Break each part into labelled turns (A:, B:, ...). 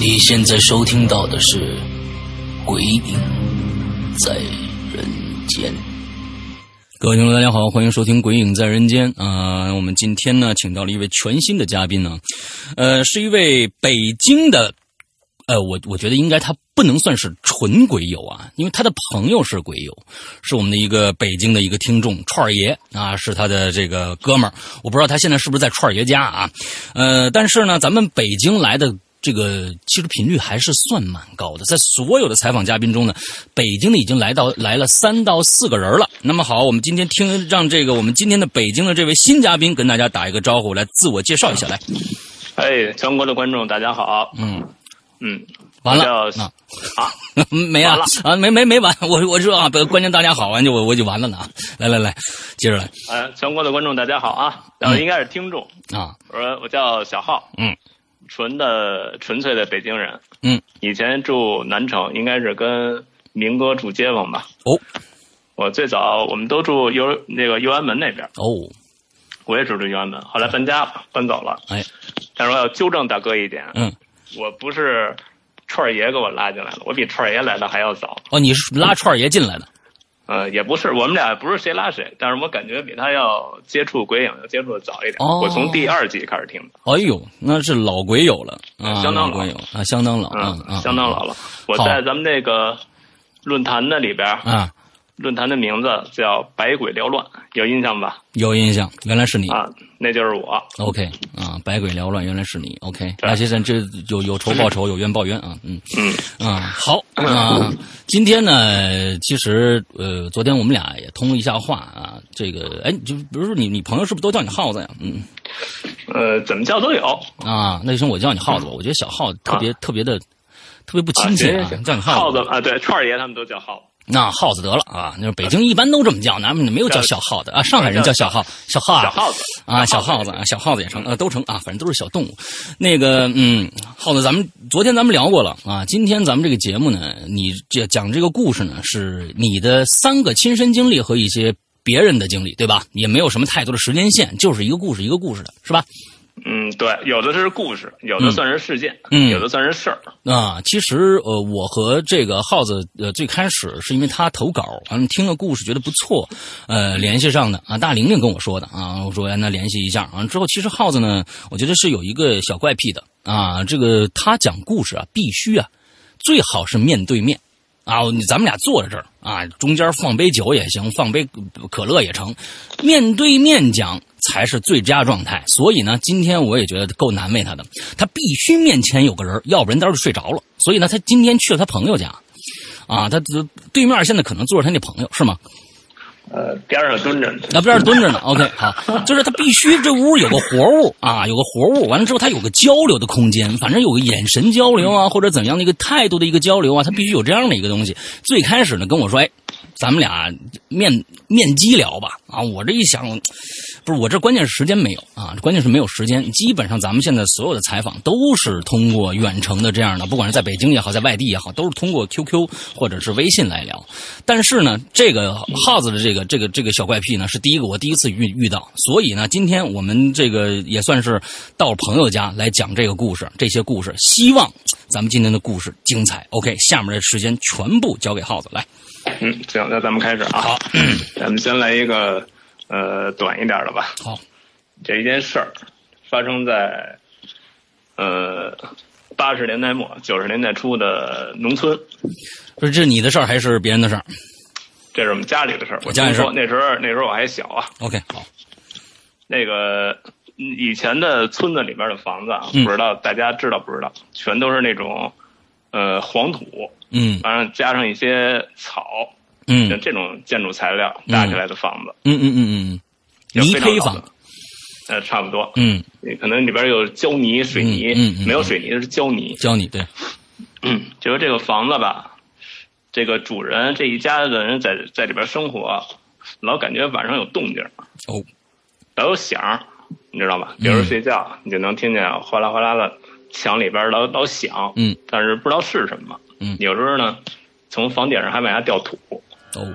A: 你现在收听到的是《鬼影在人间》。各位听众，大家好，欢迎收听《鬼影在人间》啊、我们今天呢，请到了一位全新的嘉宾呢，呃，是一位北京的，呃，我我觉得应该他不能算是纯鬼友啊，因为他的朋友是鬼友，是我们的一个北京的一个听众串儿爷啊，是他的这个哥们儿，我不知道他现在是不是在串儿爷家啊，呃，但是呢，咱们北京来的。这个其实频率还是算蛮高的，在所有的采访嘉宾中呢，北京的已经来到来了三到四个人了。那么好，我们今天听让这个我们今天的北京的这位新嘉宾跟大家打一个招呼，来自我介绍一下，来，
B: 哎，全国的观众大家好，
A: 嗯，
B: 嗯，
A: 完了
B: 我叫
A: 啊
B: 啊，
A: 没啊
B: 完了
A: 啊，没没没完，我我说啊，不关键大家好，完就我我就完了呢啊，来来来，接着来
B: 呃，全国的观众大家好啊，然后
A: 嗯
B: 应该是听众，
A: 啊，
B: 我说我叫小浩，
A: 嗯，
B: 纯的纯粹的北京人，
A: 嗯，
B: 以前住南城，应该是跟明哥住街坊吧，
A: 哦
B: 我最早我们都住游那个右安门那边，
A: 哦，
B: 我也只住右安门，后来搬家了搬走了，
A: 哎，
B: 但是我要纠正大哥一点，
A: 嗯，
B: 我不是串儿爷给我拉进来的，我比串儿爷来的还要早，
A: 哦，你是拉串儿爷进来的，
B: 呃，也不是，我们俩不是谁拉谁，但是我感觉比他要接触鬼影要接触的早一点。
A: 哦
B: 我从第二季开始听的，
A: 哎呦，那是老鬼友了啊，
B: 相
A: 老
B: 当老嗯
A: 鬼友啊，相当老啊啊，
B: 相当老了。我
A: 好
B: 在咱们那个论坛的里边儿，
A: 啊，
B: 论坛的名字叫“百鬼缭乱”，有印象吧？
A: 有印象，原来是你
B: 啊，那就是我。
A: OK 啊，百鬼缭乱，原来是你。OK，
B: 对
A: 那先生，这有有仇报仇，有冤报冤啊，嗯
B: 嗯
A: 啊，好啊。今天呢，其实呃，昨天我们俩也通了一下话啊。这个，哎，你就比如说你你朋友是不是都叫你耗子呀？嗯
B: 呃，怎么叫都有。
A: 啊，那就行，我叫你耗子吧。我觉得小耗特别、特别的特别不亲切
B: 嗯啊
A: 啊
B: 行行，行
A: 叫你耗
B: 耗
A: 子
B: 子。啊，对，串儿爷他们都叫耗子。
A: 那耗子得了啊，那北京一般都这么叫，咱们没有叫小耗的啊，上海人叫小耗，小耗啊，
B: 呃小耗子
A: 啊，小耗子啊，小耗子也成，呃，都成啊，反正都是小动物。那个，嗯，耗子，咱们昨天咱们聊过了啊，今天咱们这个节目呢，你这讲这个故事呢，是你的三个亲身经历和一些别人的经历，对吧？也没有什么太多的时间线，就是一个故事一个故事的，是吧？
B: 嗯，对，有的是故事，有的算是事件，
A: 嗯
B: 有的算是事儿。
A: 啊，其实呃，我和这个耗子呃，最开始是因为他投稿，完了听了故事觉得不错，呃，联系上的啊，大玲玲跟我说的啊，我说哎那联系一下啊。之后其实耗子呢，我觉得是有一个小怪癖的啊，这个他讲故事啊，必须啊，最好是面对面。啊，你咱们俩坐在这儿啊，中间放杯酒也行，放杯可乐也成，面对面讲才是最佳状态。所以呢，今天我也觉得够难为他的，他必须面前有个人，要不然待会儿就睡着了。所以呢，他今天去了他朋友家，啊，他对面现在可能坐着他那朋友是吗？
B: 呃，边上蹲着呢，
A: 那边儿蹲着呢。OK，好，就是他必须这屋有个活物啊，有个活物，完了之后他有个交流的空间，反正有个眼神交流啊，或者怎样的一个态度的一个交流啊，他必须有这样的一个东西。最开始呢跟我说，哎，咱们俩面面基聊吧，啊，我这一想，不是我这关键是时间没有啊，关键是没有时间。基本上咱们现在所有的采访都是通过远程的这样的，不管是在北京也好，在外地也好，都是通过 QQ 或者是微信来聊。但是呢，这个耗子的这个这个这个小怪癖呢，是第一个我第一次遇遇到，所以呢，今天我们这个也算是到朋友家来讲这个故事，这些故事，希望咱们今天的故事精彩。OK，下面的时间全部交给耗子来。
B: 嗯，行，那咱们开始啊。
A: 好，
B: 咱们先来一个呃短一点的吧。
A: 好，
B: 这一件事儿发生在呃八十年代末九十年代初的农村，
A: 不是这是你的事儿还是别人的事儿
B: 这是我们家里的事儿。
A: 我家里事儿
B: 听说那时候那时候我还小啊，
A: ？OK，好，
B: 那个嗯以前的村子里边的房子啊，
A: 嗯
B: 不知道大家知道不知道，全都是那种呃黄土，
A: 嗯
B: 完了加上一些草，
A: 嗯
B: 就
A: 嗯
B: 这种建筑材料搭起来的房子，
A: 嗯嗯嗯，
B: 就
A: 泥
B: 非常
A: 坯
B: 老
A: 房
B: 的，，呃，差不多，
A: 嗯，
B: 可能里边有胶泥、水泥，
A: 嗯嗯嗯
B: 没有水泥是胶泥，
A: 教你对，
B: 嗯，就是这个房子吧，这个主人这一家的人在在里边生活，老感觉晚上有动静，
A: 哦，
B: 老有响儿，你知道吧？比
A: 嗯
B: 如睡觉，你就能听见哗啦哗啦的墙里边老老响，
A: 嗯，
B: 但是不知道是什么。
A: 嗯
B: 有时候呢，从房顶上还往下掉土，
A: 哦，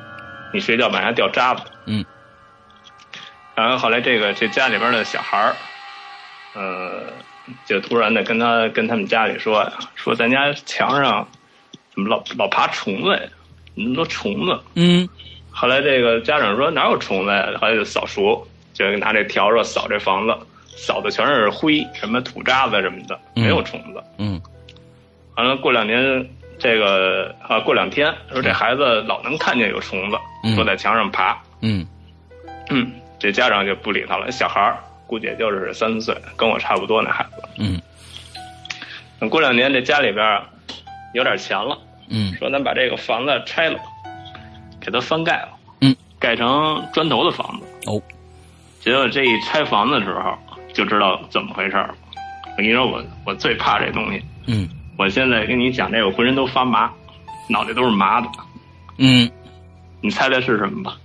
B: 你睡觉往下掉渣子。
A: 嗯，
B: 然后后来这个这家里边的小孩儿，呃，就突然的跟他跟他们家里说说咱家墙上怎么老老爬虫子呀？那么多虫子。
A: 嗯
B: 后来这个家长说哪有虫子呀？后来就扫除，就拿这笤帚扫这房子，扫的全是灰，什么土渣子什么的，
A: 嗯
B: 没有虫子。
A: 嗯
B: 完了过两年，这个啊过两天说这孩子老能看见有虫子，
A: 嗯
B: 说在墙上爬。
A: 嗯
B: 嗯， 这家长就不理他了。小孩儿估计也就是三四岁，跟我差不多那孩子。
A: 嗯
B: 等过两年这家里边儿有点钱了，
A: 嗯
B: 说咱把这个房子拆了，给它翻盖了，
A: 嗯，
B: 盖成砖头的房子。
A: 哦，
B: 结果这一拆房子的时候，就知道怎么回事儿了。我跟你说，我我最怕这东西。
A: 嗯
B: 我现在跟你讲这个，我浑身都发麻，脑袋都是麻的。
A: 嗯，
B: 你猜猜是什么吧？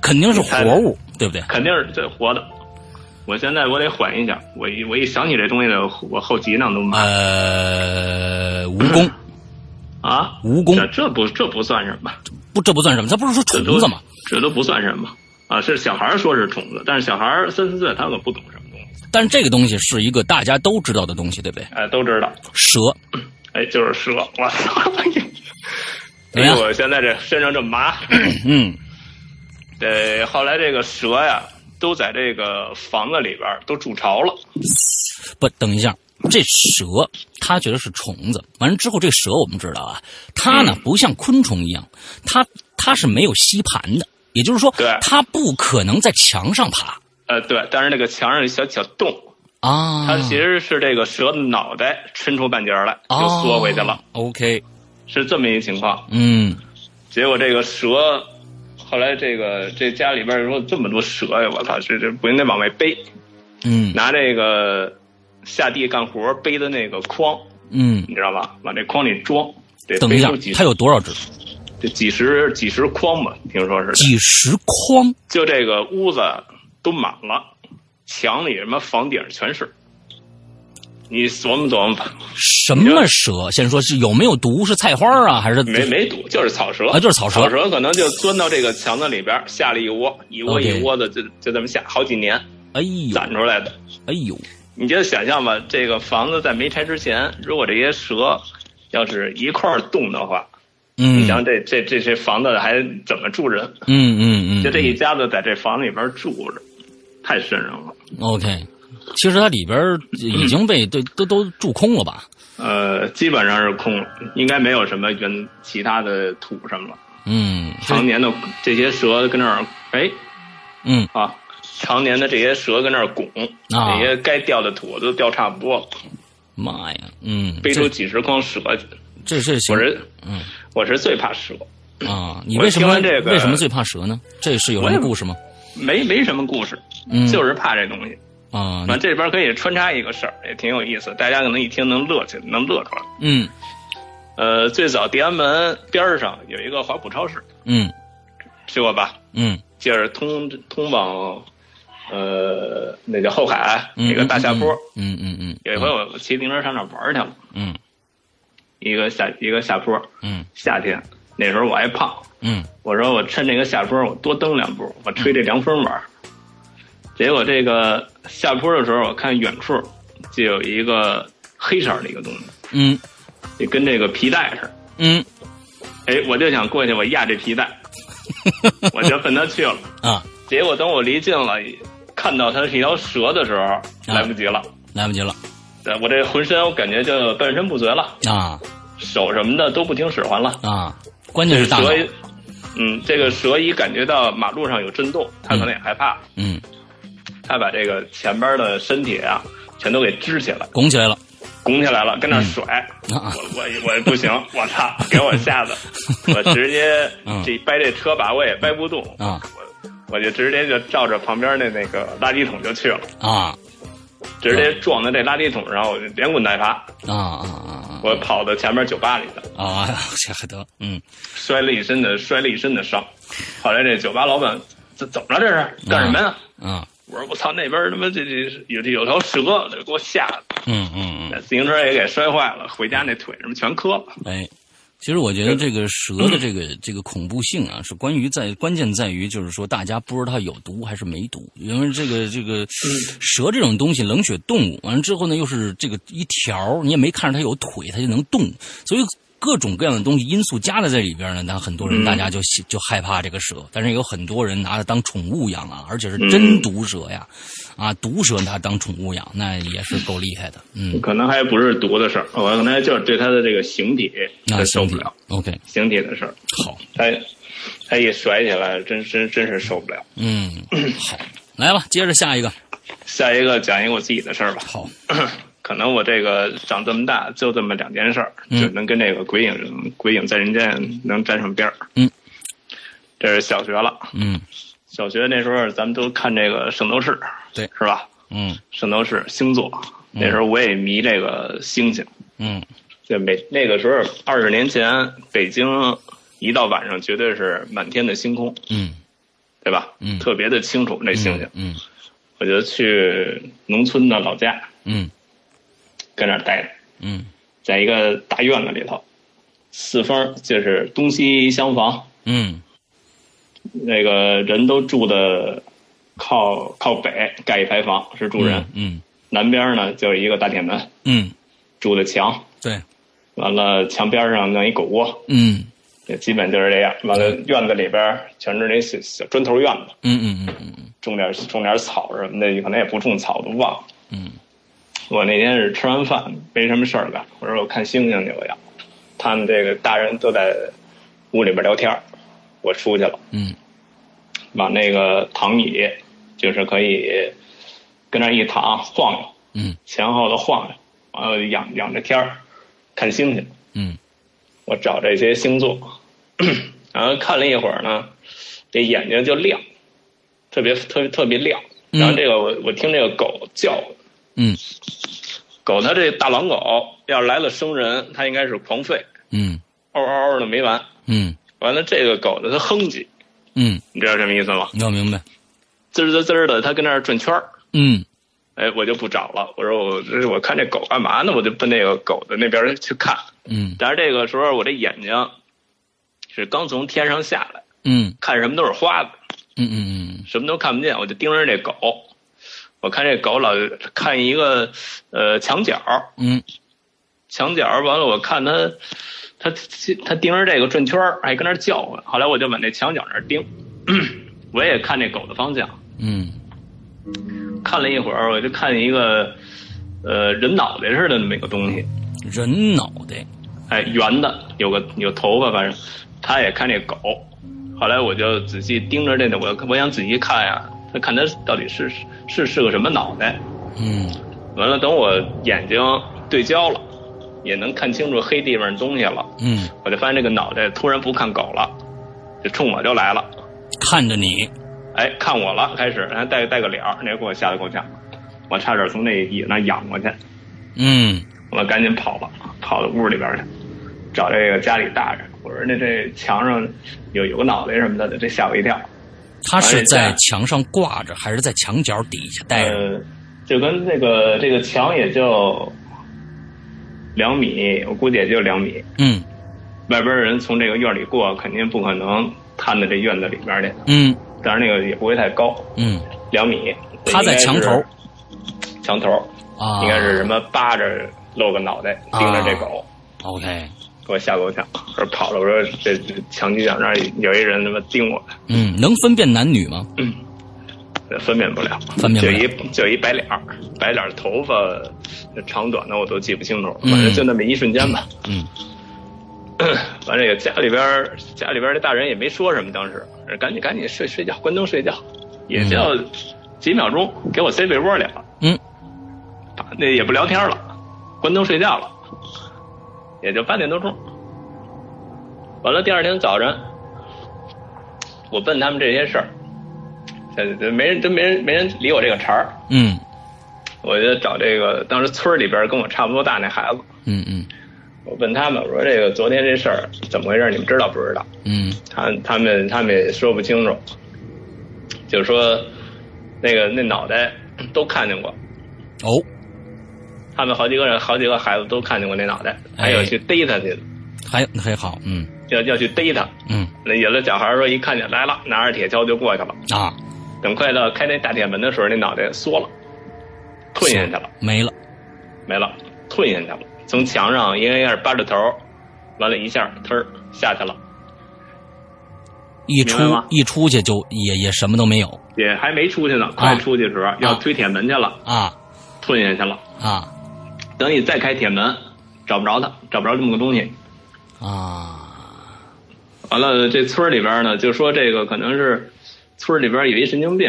A: 肯定是活物，对不对？
B: 肯定是这活的。我现在我得缓一下，我一我一想起这东西来，我我后脊梁都麻
A: 呃，蜈蚣，
B: 啊！
A: 蜈
B: 这
A: 蚣
B: 这不这不算什么，
A: 不，这不算什么，它不是说
B: 这
A: 虫
B: 都
A: 子吗？？
B: 这都不算什么啊！是小孩儿说是虫子，但是小孩儿三四岁，他们不懂什么东西，
A: 但是这个东西是一个大家都知道的东西，对不对？
B: 哎，都知道，
A: 蛇，
B: 哎，就是蛇，我操！
A: 怎么
B: 因为
A: 样
B: 我现在这身上这麻，
A: 嗯
B: 呃，后来这个蛇呀，都在这个房子里边儿都筑巢了，
A: 不，等一下，这蛇它觉得是虫子，完了之后，这蛇我们知道啊，它
B: 嗯
A: 呢不像昆虫一样，它它是没有吸盘的，也就是说
B: 对，
A: 它不可能在墙上爬
B: 呃，对，但是那个墙上有小小洞，
A: 啊。
B: 它其实是这个蛇的脑袋伸出半截儿来，就缩回去了，
A: 哦啊 OK，
B: 是这么一情况。
A: 嗯
B: 结果这个蛇，后来这个这家里边儿说这么多蛇呀，我操，这这不应该往外背，
A: 嗯
B: 拿这个下地干活背的那个筐，
A: 嗯，
B: 你知道吧？往这筐里装，得
A: 等
B: 背
A: 一下
B: 出几，
A: 它有多少只？
B: 得几十几十筐吧，听说是。
A: 几十筐？
B: 就这个屋子都满了，墙里什么房顶全是。你琢磨琢磨吧，
A: 什么蛇？先说是有没有毒？是菜花啊，还是
B: 没没堵，就是草蛇
A: 啊就是草蛇
B: 草蛇可能就钻到这个墙子里边，下了一窝，一窝
A: OK
B: 一窝的就就这么下，好几年
A: 哎呦
B: 攒出来的。
A: 哎呦，
B: 你就想象吧，这个房子在没拆之前，如果这些蛇要是一块儿动的话，你
A: 嗯
B: 想这这这这房子还怎么住人？
A: 嗯嗯嗯，
B: 就这一家子在这房子里边住着，太瘆人了。
A: OK，其实它里边儿已经被都都都蛀空了吧？
B: 呃，基本上是空了，应该没有什么原其他的土什么了。
A: 嗯，
B: 常年的这些蛇跟那儿，哎
A: 嗯
B: 啊，常年的这些蛇跟那儿拱，
A: 啊
B: 这些该掉的土都掉差不多了，
A: 妈呀，嗯，
B: 背
A: 这
B: 出几十筐蛇去。
A: 这这行
B: 我是
A: 嗯
B: 我是最怕蛇，
A: 啊，你
B: 我
A: 为什
B: 听
A: 么
B: 完这个
A: 为什么最怕蛇呢？这是有什
B: 我
A: 么
B: 也
A: 故事吗？
B: 没没什么故事，
A: 嗯
B: 就是怕这东西。
A: 啊，
B: 完这边可以穿插一个事儿，也挺有意思，大家可能一听能乐起来，能乐出来。
A: 嗯
B: 呃，最早地安门边儿上有一个华普超市，
A: 嗯
B: 去过吧？
A: 嗯
B: 就是通通往呃那叫后海
A: 嗯，
B: 那个大下坡。
A: 嗯嗯嗯
B: 有一回我骑自行车上那玩儿去了，
A: 嗯
B: 一个下一个下坡，
A: 嗯
B: 夏天那时候我还胖，
A: 嗯
B: 我说我趁这个下坡我多蹬两步，我吹这凉风玩儿。结果这个下坡的时候，我看远处就有一个黑色儿的一个东西，
A: 嗯
B: 就跟这个皮带似的。
A: 嗯
B: 哎，我就想过去，我压这 皮带，我就奔它去了。
A: 啊，
B: 结果等我离近了，看到它是一条蛇的时候，来不及了。
A: 来不及了
B: 对我这浑身我感觉就半身不遂了，
A: 啊
B: 手什么的都不听使唤了。
A: 啊，关键是大脑
B: 蛇，一，嗯，这个蛇一感觉到马路上有震动，它可能也害怕，
A: 嗯
B: 他把这个前边的身体啊全都给支起来，
A: 拱起来了。
B: 拱起来了，跟那儿甩。
A: 啊
B: 我我我不行，我操，给我吓的， 我直接
A: 嗯
B: 这掰这车把我也掰不动，
A: 啊
B: 我我就直接就照着旁边那那个垃圾桶就去了，
A: 啊
B: 直接
A: 嗯
B: 撞到这垃圾桶上，我就连滚带爬，
A: 啊啊
B: 我跑到前面酒吧里了，
A: 啊啊！这还得嗯
B: 摔了一身的摔了一身的伤。后来这酒吧老板这怎么了？这是干什么呀？
A: 啊
B: 我说我操，那边他妈这这有有条蛇，这给我吓的，
A: 嗯嗯
B: 那自行车也给摔坏了，回家那腿什么全磕了。
A: 嗯，哎。其实我觉得这个蛇的这个这个恐怖性啊，是关于在关键在于就是说大家不知道它有毒还是没毒，因为这个这个蛇这种东西冷血动物，完了之后呢又是这个一条，你也没看着它有腿，它就能动，所以各种各样的东西因素加了在里边呢，那很多人
B: 嗯
A: 大家就喜就害怕这个蛇，但是有很多人拿它当宠物养啊，而且
B: 嗯
A: 是真毒蛇呀，啊毒蛇拿它当宠物养，那也是够厉害的，嗯，
B: 可能还不是毒的事儿，我可能就是对他的这个形体
A: 那
B: 他
A: 身
B: 受
A: 体
B: 不了，
A: OK
B: 形体的事儿，
A: 好。
B: 他他一甩起来，真真真是受不了。
A: 嗯，好，来吧，接着下一个。
B: 下一个讲一个我自己的事儿吧，
A: 好，
B: 可能我这个长这么大就这么两件事儿，
A: 嗯
B: 就能跟这个鬼影鬼影在人间能沾上边儿。
A: 嗯，
B: 这是小学了，
A: 嗯，
B: 小学那时候咱们都看这个《圣斗士》，
A: 对
B: 是吧？
A: 嗯，
B: 《圣斗士》星座，那时候我也迷这个星星。
A: 嗯，
B: 对，每那个时候二十年前，北京一到晚上绝对是满天的星空，
A: 嗯，
B: 对吧？
A: 嗯
B: 特别的清楚那星星。
A: 嗯，
B: 我就去农村的老家，
A: 嗯，
B: 跟那儿待着，
A: 嗯，
B: 在一个大院子里头，四方就是东西厢房，
A: 嗯，
B: 那个人都住的靠靠北盖一排房是住人，
A: 嗯，
B: 南边呢就一个大铁门，
A: 嗯，
B: 住的墙，
A: 对，
B: 完了墙边上弄一狗窝，
A: 嗯，
B: 也基本就是这样。完了，院子里边儿全是那小小砖头院子，
A: 嗯，嗯，嗯，嗯，
B: 种点种点草什么的，可能也不种草，都忘了。
A: 嗯，
B: 我那天是吃完饭，没什么事儿干，我说我看星星去，我要。他们这个大人都在屋里边聊天儿，我出去了，
A: 嗯，
B: 把那个躺椅，就是可以跟那儿一躺晃悠，
A: 嗯，
B: 前后的晃悠，完了仰仰着天儿看星星。
A: 嗯，
B: 我找这些星座， 然后看了一会儿呢，这眼睛就亮，特别特别特别亮。
A: 嗯
B: 然后这个我我听这个狗叫，
A: 嗯，
B: 狗它这大狼狗要是来了生人，它应该是狂吠，
A: 嗯，
B: 嗷嗷嗷的没完。
A: 嗯，
B: 完了，这个狗呢，它哼唧，
A: 嗯，
B: 你知道什么意思吗？
A: 你要明白。
B: 滋儿滋儿滋儿的，它跟那儿转圈儿。
A: 嗯，
B: 哎，我就不找了。我说我这我看这狗干嘛呢？我就奔那个狗的那边儿去看。
A: 嗯，
B: 但是这个时候我这眼睛是刚从天上下来，
A: 嗯，
B: 看什么都是花的，
A: 嗯，嗯，
B: 什么都看不见，我就盯着这狗。我看这狗老看一个呃墙角，
A: 嗯，
B: 墙角完了，我看它，它它盯着这个转圈儿还跟那儿叫唤。后来我就往那墙角那儿盯， 我也看这狗的方向，
A: 嗯，
B: 看了一会儿，我就看一个呃人脑袋似的那么一个东西，
A: 人脑袋。
B: 哎，圆的，有个有头发，反正他也看这狗。后来我就仔细盯着这个，我我想仔细看呀，他看他到底是是是个什么脑袋。
A: 嗯，
B: 完了，等我眼睛对焦了，也能看清楚黑地方的东西了，
A: 嗯，
B: 我就发现这个脑袋突然不看狗了，就冲我就来了，
A: 看着你。
B: 哎，看我了，开始，然后带带个脸儿，那给我吓得够呛，我差点从那椅子那仰过去，
A: 嗯，
B: 我赶紧跑了，跑到屋里边去，找这个家里大人。我说那这墙上有有个脑袋什么的，这吓我一跳。
A: 他是在墙上挂着，还是在墙角底下待着？
B: 呃，就跟那个这个墙也就两米，我估计也就两米。
A: 嗯，
B: 外边的人从这个院里过，肯定不可能探到这院子里边去。
A: 嗯，
B: 但是那个也不会太高，
A: 嗯，
B: 两米。
A: 他在墙头，
B: 墙头
A: 啊，
B: 应该是什么扒着露个脑袋盯着这狗。
A: ？OK，
B: 给我吓够呛，我说跑了，我说这这墙角那儿有一人他妈盯我，
A: 嗯，能分辨男女吗？
B: 分辨不了，
A: 分辨不
B: 就
A: 了
B: 一就一白脸儿，白脸儿头发长短的我都记不清楚，
A: 嗯
B: 反正就那么一瞬间吧。
A: 嗯
B: 完这个家里边儿家里边儿这大人也没说什么，当时赶紧赶紧睡睡觉，关灯睡觉，也就几秒钟给我塞被窝里了，
A: 嗯，
B: 那也不聊天了，关灯睡觉了，也就八点多钟。完了，第二天早晨，我问他们这些事儿，这没人，真没人，没人理我这个茬儿。
A: 嗯
B: 我就找这个当时村儿里边跟我差不多大那孩子，
A: 嗯嗯
B: 我问他们，我说这个昨天这事儿怎么回事？你们知道不知道？
A: 嗯
B: 他他们他们也说不清楚，就说那个那脑袋 都看见过，
A: 哦，
B: 他们好几个人好几个孩子都看见过那脑袋，
A: 哎
B: 还有去逮他去的，
A: 还还好，嗯
B: 要要去逮他。
A: 嗯
B: 那有的小孩说一看见来了，拿着铁锹就过去了。
A: 啊，
B: 等快到开那大铁门的时候，那脑袋缩了，吞下去了，
A: 没了，
B: 没了，吞下去了。从墙上应该是扒着头，完了一下，嘚儿下去了，
A: 一出
B: 明白吗
A: 一出去就也也什么都没有
B: 也还没出去呢，快出去的时候、要推铁门去了，
A: 啊
B: 吞下去了。
A: 啊
B: 等你再开铁门，找不着他，找不着这么个东西。
A: 啊，
B: 完了，这村儿里边呢，就说这个可能是村儿里边有一神经病，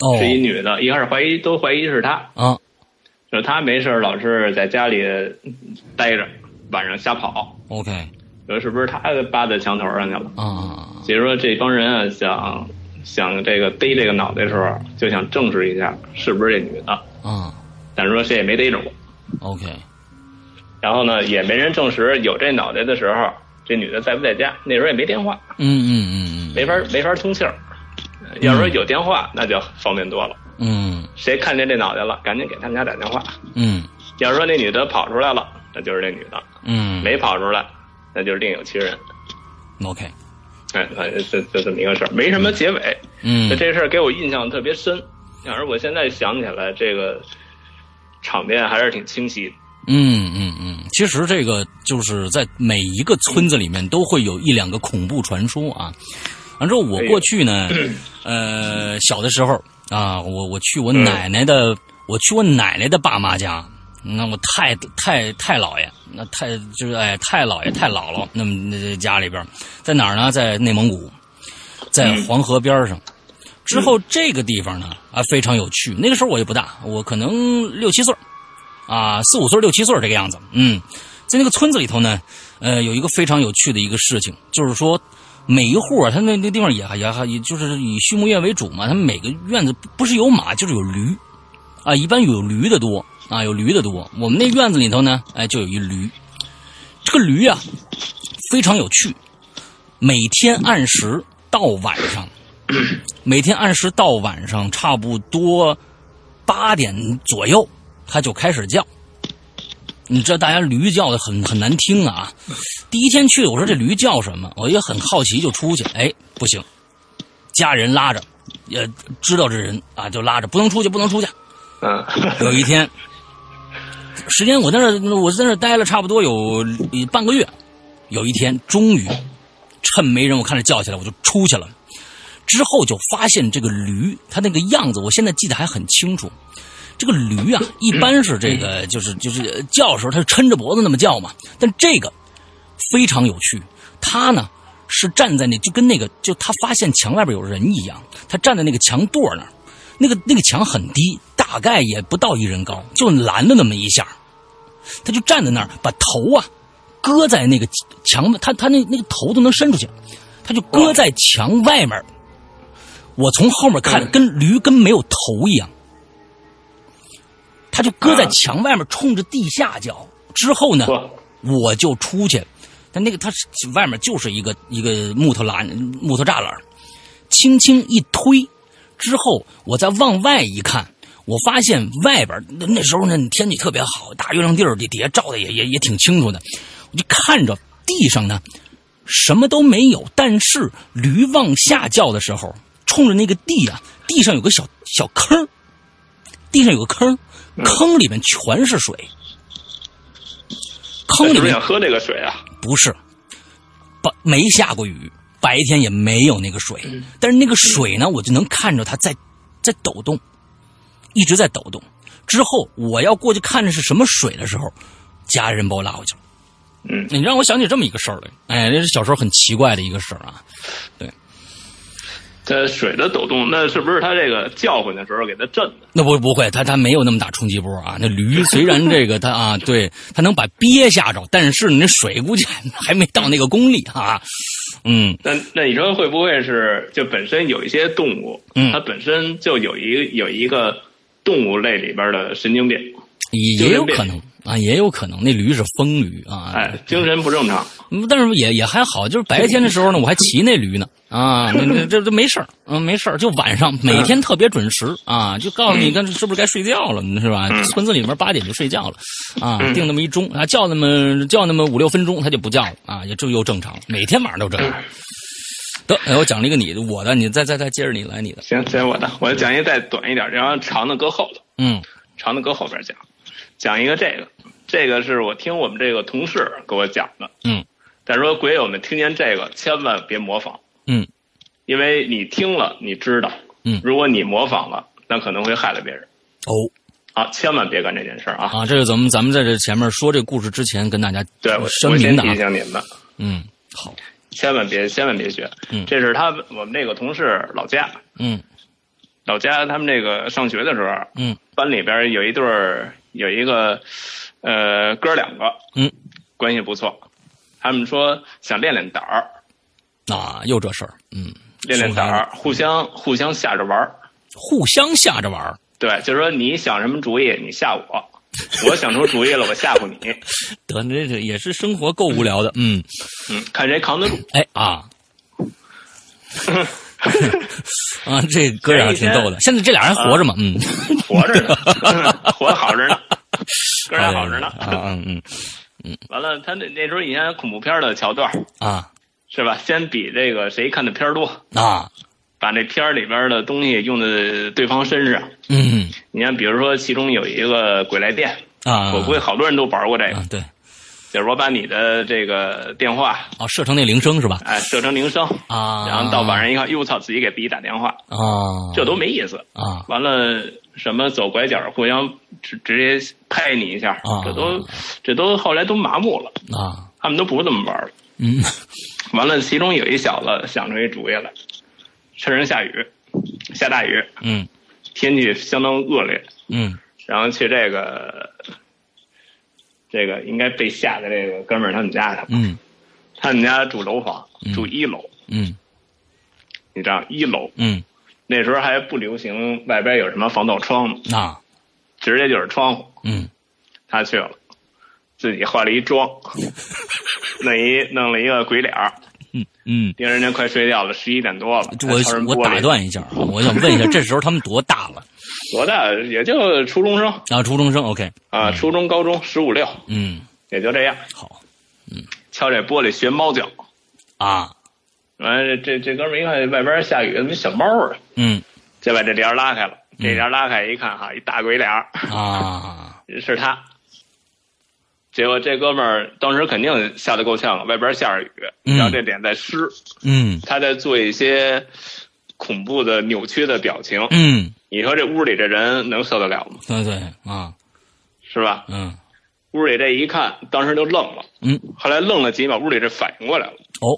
A: 哦
B: 是一女的，一开始怀疑都怀疑是她，
A: 啊
B: 就是她没事儿老是在家里待着，晚上瞎跑，
A: ，OK
B: 说是不是她扒在墙头上去了？
A: 啊啊
B: 所以说这帮人啊，想想这个逮这个脑袋的时候，啊就想证实一下是不是这女的，
A: 啊
B: 但是说谁也没逮着过。
A: ，OK
B: 然后呢，也没人证实有这脑袋的时候，这女的在不在家？那时候也没电话，
A: 嗯嗯嗯嗯
B: 没法没法通气儿。呃要说有电话，那就方便多了。
A: 嗯
B: 谁看见这脑袋了，赶紧给他们家打电话。
A: 嗯
B: 要说那女的跑出来了，那就是这女的；
A: 嗯，
B: 没跑出来，那就是另有其人。
A: OK，
B: 哎，反正就就这么一个事儿，没什么结尾。
A: 嗯
B: 就这事儿给我印象特别深，要是我现在想起来，这个场面还是挺清晰的。
A: 嗯嗯嗯，其实这个就是在每一个村子里面都会有一两个恐怖传说啊。完之后，我过去呢，呃，小的时候啊，我我去我奶奶的，我去我奶奶的爸妈家，那我太太太姥爷，那太就是哎太姥爷太姥姥，那么那这家里边儿在哪儿呢？在内蒙古，在黄河边儿上。之后这个地方呢啊非常有趣，那个时候我也不大，我可能六七岁儿啊，四五岁、六七岁这个样子。嗯，在那个村子里头呢，呃，有一个非常有趣的一个事情，就是说每一户啊，他那那地方也也还也就是以畜牧业为主嘛，他们每个院子不不是有马就是有驴，啊，一般有驴的多啊，有驴的多。我们那院子里头呢，哎，就有一驴，这个驴啊非常有趣，每天按时到晚上。每天按时到晚上差不多八点左右，它就开始叫。你知道大家驴叫的很很难听啊！第一天去，我说这驴叫什么？我也很好奇，就出去。哎，不行，家人拉着，也知道这人啊，就拉着不能出去，不能出去。
B: 嗯，
A: 有一天，时间我在那儿我在那儿待了差不多有一半个月，有一天终于趁没人，我看着叫起来，我就出去了。之后就发现这个驴，它那个样子，我现在记得还很清楚。这个驴啊，一般是这个就是就是叫的时候，它抻着脖子那么叫嘛。但这个非常有趣，它呢是站在那就跟那个就它发现墙外边有人一样，它站在那个墙垛那儿，那个那个墙很低，大概也不到一人高，就拦了那么一下，他就站在那儿，把头啊搁在那个墙，他他那那个头都能伸出去，他就搁在墙外面。我从后面看，跟驴跟没有头一样，他就搁在
B: 啊
A: 墙外面，冲着地下叫。之后呢，
B: 嚯
A: 我就出去，但那个它是外面就是一个一个木头栏、木头栅栏，轻轻一推之后，我再往外一看，我发现外边那那时候呢天气特别好，大月亮地儿底底下照的也也也挺清楚的，我就看着地上呢什么都没有，但是驴往下叫的时候，冲着那个地啊，地上有个小小坑儿地上有个坑儿坑里面全是水，坑
B: 是
A: 里
B: 不
A: 面
B: 是想喝这个水啊？
A: 不是，不没下过雨，白天也没有那个水，但是那个水呢，我就能看着它在在抖动，一直在抖动。之后我要过去看着是什么水的时候，家人把我拉回去了。
B: 嗯
A: 你让我想起这么一个事儿来，哎，这是小时候很奇怪的一个事儿啊。
B: 它水的抖动，那是不是它这个叫唤的时候给它震的？
A: 那不不会，它它没有那么大冲击波啊。那驴虽然这个它啊，对它能把鳖吓着，但是你那水估计还还没到那个功力啊。嗯
B: 那那你说会不会是就本身有一些动物，
A: 嗯
B: 它本身就有一个有一个动物类里边的神经病，
A: 也也
B: 精神
A: 有
B: 病
A: 可能啊，也有可能那驴是疯驴啊。
B: 哎，精神不正常。
A: 嗯，但是也也还好，就是白天的时候呢，我还骑那驴呢啊，那那这这没事儿，嗯，没事儿，就晚上每
B: 嗯
A: 天特别准时啊，就告诉你该是不是该睡觉了，是吧？
B: 嗯
A: 村子里面八点就睡觉了啊，定那么一钟啊，叫那么叫那么五六分钟，他就不叫了啊，也就又正常，每天晚上都这样。
B: 嗯
A: 得，哎，我讲了一个你的，我的，你再再再接着你来你的，
B: 行，行，我的，我讲一再短一点，然后长的搁后头，
A: 嗯
B: 长的搁后边讲。讲一个这个，这个是我听我们这个同事给我讲的。
A: 嗯
B: 但是说鬼友们听见这个千万别模仿，
A: 嗯
B: 因为你听了你知道，
A: 嗯
B: 如果你模仿了，那可能会害了别人
A: 哦
B: 啊，千万别干这件事儿啊。
A: 啊，这是咱们咱们在这前面说这故事之前跟大家
B: 对，我
A: 声
B: 我
A: 明
B: 先
A: 的啊
B: 提，醒你们，
A: 嗯，好，
B: 千万别千万别学。
A: 嗯
B: 这是他们我们那个同事老家，
A: 嗯
B: 老家他们那个上学的时候，
A: 嗯
B: 班里边有一对儿有一个呃哥儿两个，
A: 嗯，
B: 关系不错。他们说想练练胆儿，
A: 啊，又这事儿，嗯。
B: 练练胆儿，互相互相吓着玩儿。
A: 互相吓着玩儿，
B: 对，就是说你想什么主意，你吓我；我想出主意了，我吓唬你。
A: 得这这也是生活够无聊的，嗯，
B: 嗯，看谁扛得住。
A: 哎 啊啊，这哥俩挺逗的。现在这俩人还活着
B: 啊
A: 吗？嗯，
B: 活着呢，活得好着呢，哥俩好着呢。
A: 啊嗯嗯
B: 完了，他那那时候以前恐怖片的桥段
A: 啊
B: 是吧？先比这个谁看的片儿多，
A: 啊
B: 把这片儿里边的东西用在对方身上。
A: 嗯
B: 你看，比如说其中有一个鬼来电，
A: 啊，
B: 我估计好多人都玩过这个
A: 啊，对
B: 就是我把你的这个电话
A: 哦，设成那铃声是吧？
B: 哎设成铃声，
A: 啊，
B: 然后到晚上一看，哟我操，自己给自己打电话，
A: 啊，
B: 这都没意思。
A: 啊
B: 完了，什么走拐角，互相直直接拍你一下
A: 啊，
B: 这都这都后来都麻木了，
A: 啊
B: 他们都不这么玩了。
A: 嗯
B: 完了，其中有一小子想出一主意来，趁着下雨，下大雨，
A: 嗯
B: 天气相当恶劣，
A: 嗯
B: 然后去这个这个应该被吓的这个哥们儿他们家去，
A: 嗯
B: 他们家住楼房
A: 嗯，
B: 住一楼，
A: 嗯
B: 你知道一楼
A: 嗯
B: 那时候还不流行外边有什么防盗窗呢，
A: 啊
B: 直接就是窗户，
A: 嗯
B: 他去了，自己化了一妆， 弄一弄了一个鬼脸儿。
A: 嗯。
B: 因为人家快睡觉了，十一点多了。
A: 我
B: 敲人玻璃
A: 我打断一下啊，我想问一下，这时候他们多大了？
B: 多大？也就初中生
A: 啊，初中生，OK，
B: 啊，初中、高中，十五六，
A: 嗯，
B: 也就这样。
A: 好
B: 敲这玻璃学猫叫，
A: 啊，
B: 完了这这哥们儿一看外边下雨，怎么小猫啊？
A: 嗯
B: 就把这帘儿拉开了。这帘儿拉开一看哈，一大鬼脸儿
A: 啊，
B: 是他。结果这哥们儿当时肯定吓得够呛了，外边下着雨，
A: 嗯
B: 然后这脸在湿，
A: 嗯
B: 他在做一些恐怖的扭曲的表情。
A: 嗯，
B: 你说这屋里这人能受得了吗？
A: 对对啊，
B: 是吧？
A: 嗯
B: 屋里这一看，当时就愣了，
A: 嗯，
B: 后来愣了几秒，屋里这反应过来了，
A: 哦，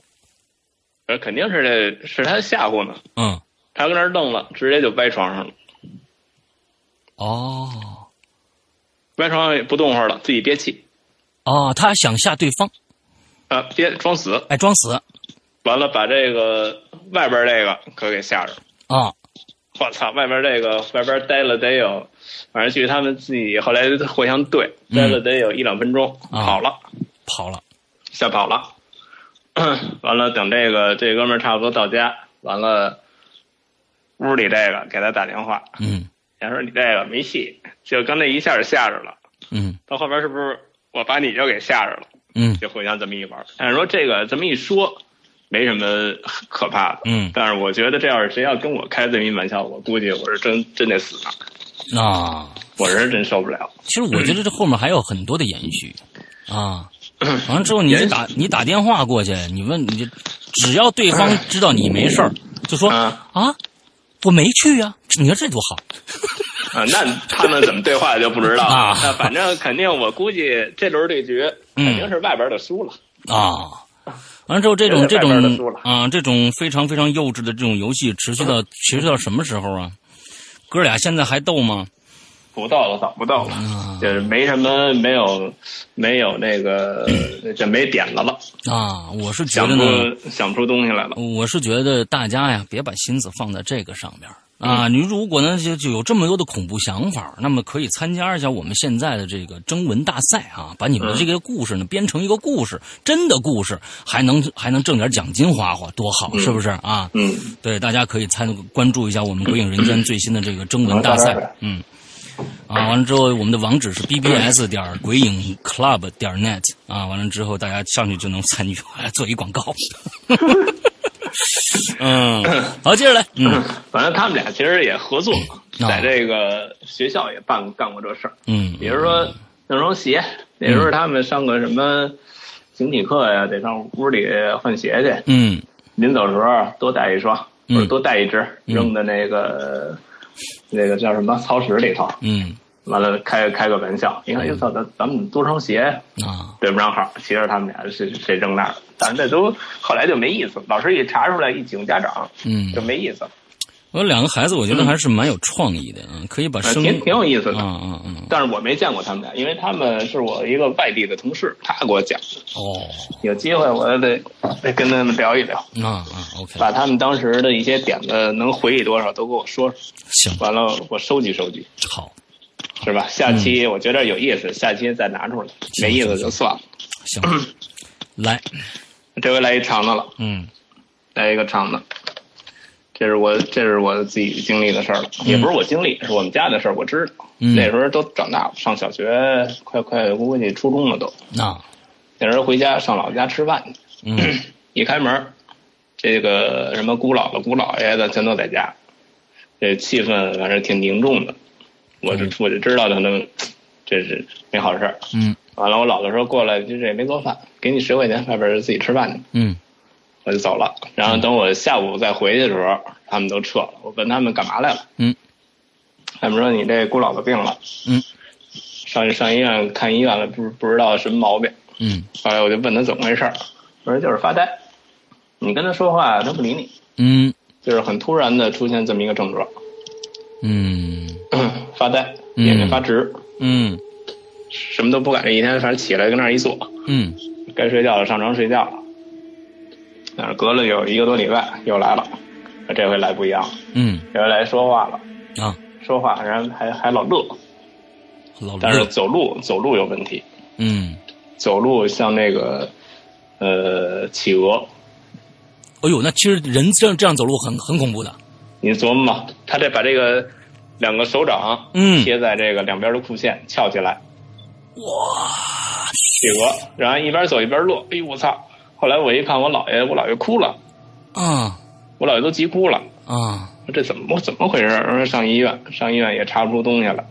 B: 呃肯定是这是他吓唬呢，
A: 嗯
B: 他搁那儿愣了，直接就歪床上了，
A: 哦
B: 歪床上也不动会儿了，自己憋气，
A: 哦，他想吓对方，
B: 啊、憋装死，
A: 哎，装死
B: 完了把这个外边这个可给吓着了，
A: 啊，
B: 我操，外边这个外边待了得有，反正据他们自己后来互相对，
A: 嗯
B: 待了得有一两分钟，
A: 啊
B: 跑了，
A: 跑了，
B: 吓跑了。 完了，等这个这哥们儿差不多到家，完了，屋里这个给他打电话，
A: 嗯
B: 他说你这个没戏，就刚那一下就吓着了，
A: 嗯
B: 到后边是不是我把你就给吓着了？
A: 嗯
B: 就互相这么一玩儿。但是说这个这么一说，没什么可怕的。
A: 嗯
B: 但是我觉得这要是谁要跟我开这么一玩笑，我估计我是真真得死了，
A: 啊，
B: 我是真受不了。
A: 其实我觉
C: 嗯
A: 得这后面还有很多的延续啊，完了之后你就打你打电话过去，你问你就，只要对方知道你没事儿，就说
C: 嗯
B: 啊
A: 啊，我没去呀、你说这多好
B: 啊，那他们怎么对话就不知道了
A: 啊嗯
B: 那反正肯定，我估计这轮对决肯定是外边的输了。
A: 啊，完了之后，这种
C: 现在
A: 这
C: 外边的
A: 种
C: 输了嗯
A: 啊，这种非常非常幼稚的这种游戏，持续到持续到什么时候啊？哥俩现在还斗吗？
B: 不到了，早不到了，
A: 啊
B: 就是没什么，没有，没有那个，这没点子了，
A: 啊，我是嗯觉
B: 想
A: 得
B: 不
A: 呢，
B: 出想不出东西来了。
A: 我是觉得大家呀，别把心思放在这个上面儿
B: 嗯
A: 啊。你如果呢就就有这么多的恐怖想法儿，那么可以参加一下我们现在的这个征文大赛啊，把你们的这个故事呢编成一个故事，真的故事，还能还能挣点奖金花花，多好，是不是啊？
B: 嗯，
A: 对，大家可以参关注一下我们《鬼影人间》最新的这个征文大赛，嗯。啊，完了之后，我们的网址是 bbs 点儿鬼影 club 点儿 net 啊，完了之后大家上去就能参与， 还做一广告。嗯，好，接着来，嗯
B: 反正他们俩其实也合作，
A: 啊
B: 在这个学校也办干过这事儿，
A: 嗯
B: 比如说弄双鞋，那时候他们上个什么形体课呀，得上屋里换鞋去，
A: 嗯
B: 临走的时候多带一双，
A: 嗯
B: 或者多带一只，扔在那个那个叫什么草屎里头。
A: 嗯
B: 完了开开个玩笑，你看，哎操，咱咱们多双鞋
A: 啊
B: 对不上号，其实他们俩谁谁扔那儿了，但是这都后来就没意思，老师一查出来一警家长
A: 嗯
B: 就，没意思了，
A: 我两个孩子，我觉得还是蛮有创意的啊，可以把
B: 呃
A: 声
B: 挺挺有意思的。
A: 啊啊嗯
B: 但是我没见过他们俩，因为他们是我一个外地的同事，他给我讲，
A: 哦
B: 有机会我得得跟他们聊一聊，
A: 啊啊 OK
B: 把他们当时的一些点子能回忆多少都给我说说，
A: 行
B: 完了我收集收集，
A: 好
B: 是吧？下期我觉得有意思，下期再拿出来，没意思就算了。
A: 行，来
B: 这回来一长的了。
A: 嗯
B: 来一个长的。这是我这是我自己经历的事儿了，也不是我经历，是我们家的事儿，我知道。
A: 嗯
B: 那时候都长大了，上小学，快快估计初中了都。
A: 那
B: 那时候回家上老家吃饭去，
A: 嗯
B: 一开门，这个什么姑姥姥、姑姥爷的全都在家，这气氛反正挺凝重的。我就我就知道他们这是没好事儿。
A: 嗯
B: 完了，我姥姥说过来，就是也没做饭，给你十块钱，外边儿自己吃饭去。
A: 嗯
B: 我就走了。然后等我下午再回去的时候，他们都撤了。我问他们干嘛来了，
A: 嗯
B: 他们说你这姑姥子病了，
A: 嗯
B: 上上医院看医院了，不不知道什么毛病。
A: 嗯
B: 后来我就问他怎么回事儿，我说就是发呆，你跟他说话他不理你，
A: 嗯
B: 就是很突然的出现这么一个症状，
A: 嗯
B: 发呆，
A: 嗯
B: 眼睛发直，
A: 嗯
B: 什么都不干，一天反正起来跟那儿一坐，
A: 嗯
B: 该睡觉了上床睡觉了。但是隔了有一个多礼拜又来了，这回来不一样了，
A: 嗯
B: 这回来说话了。
A: 啊，
B: 说话，然后还还老乐，
A: 老
B: 但是
A: 刘，
B: 走路走路有问题，
A: 嗯，
B: 走路像那个呃企鹅，
A: 哎呦，那其实人这样这样走路很很恐怖的，
B: 你琢磨吧，他这把这个两个手掌
A: 嗯
B: 贴在这个两边的裤线翘起来，
A: 哇，
B: 企鹅，然后一边走一边乐，哎呦我操！后来我一看我姥爷，我姥爷哭了，
A: 啊
B: 我姥爷都急哭了，
A: 啊，
B: 我说这怎么怎么回事？我说上医院，上医院也查不出东西来。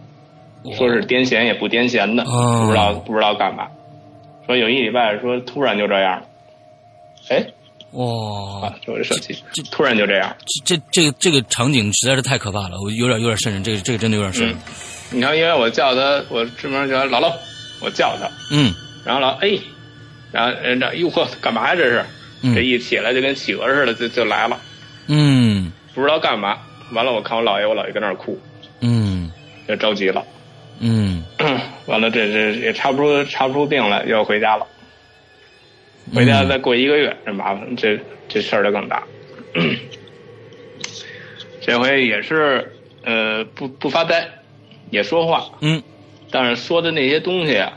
B: 说是癫痫也不癫痫的，
A: 哦
B: 不知道不知道干嘛。说有一礼拜，说突然就这样了。哎，
A: 哇
B: 啊，，这我这手机
A: 这
B: 突然就这样。
A: 这这这个这个场景实在是太可怕了，我有点有点瘆人，这个这个真的有点瘆人，
B: 你看，因为我叫他，我出门叫他姥姥，我叫他，
A: 嗯
B: 然后姥哎，然后人家哟呵，干嘛呀这是？这
A: 嗯
B: 一起来就跟企鹅似的，就就来了，
A: 嗯
B: 不知道干嘛。完了，我看我姥爷，我姥爷跟那儿哭，
A: 嗯
B: 就着急了。
A: 嗯
B: 完了，这这也查不出查不出病来，又回家了。回家再过一个月，这麻烦，这这事儿就更大。 这回也是，呃，不不发呆，也说话，
A: 嗯
B: 但是说的那些东西啊，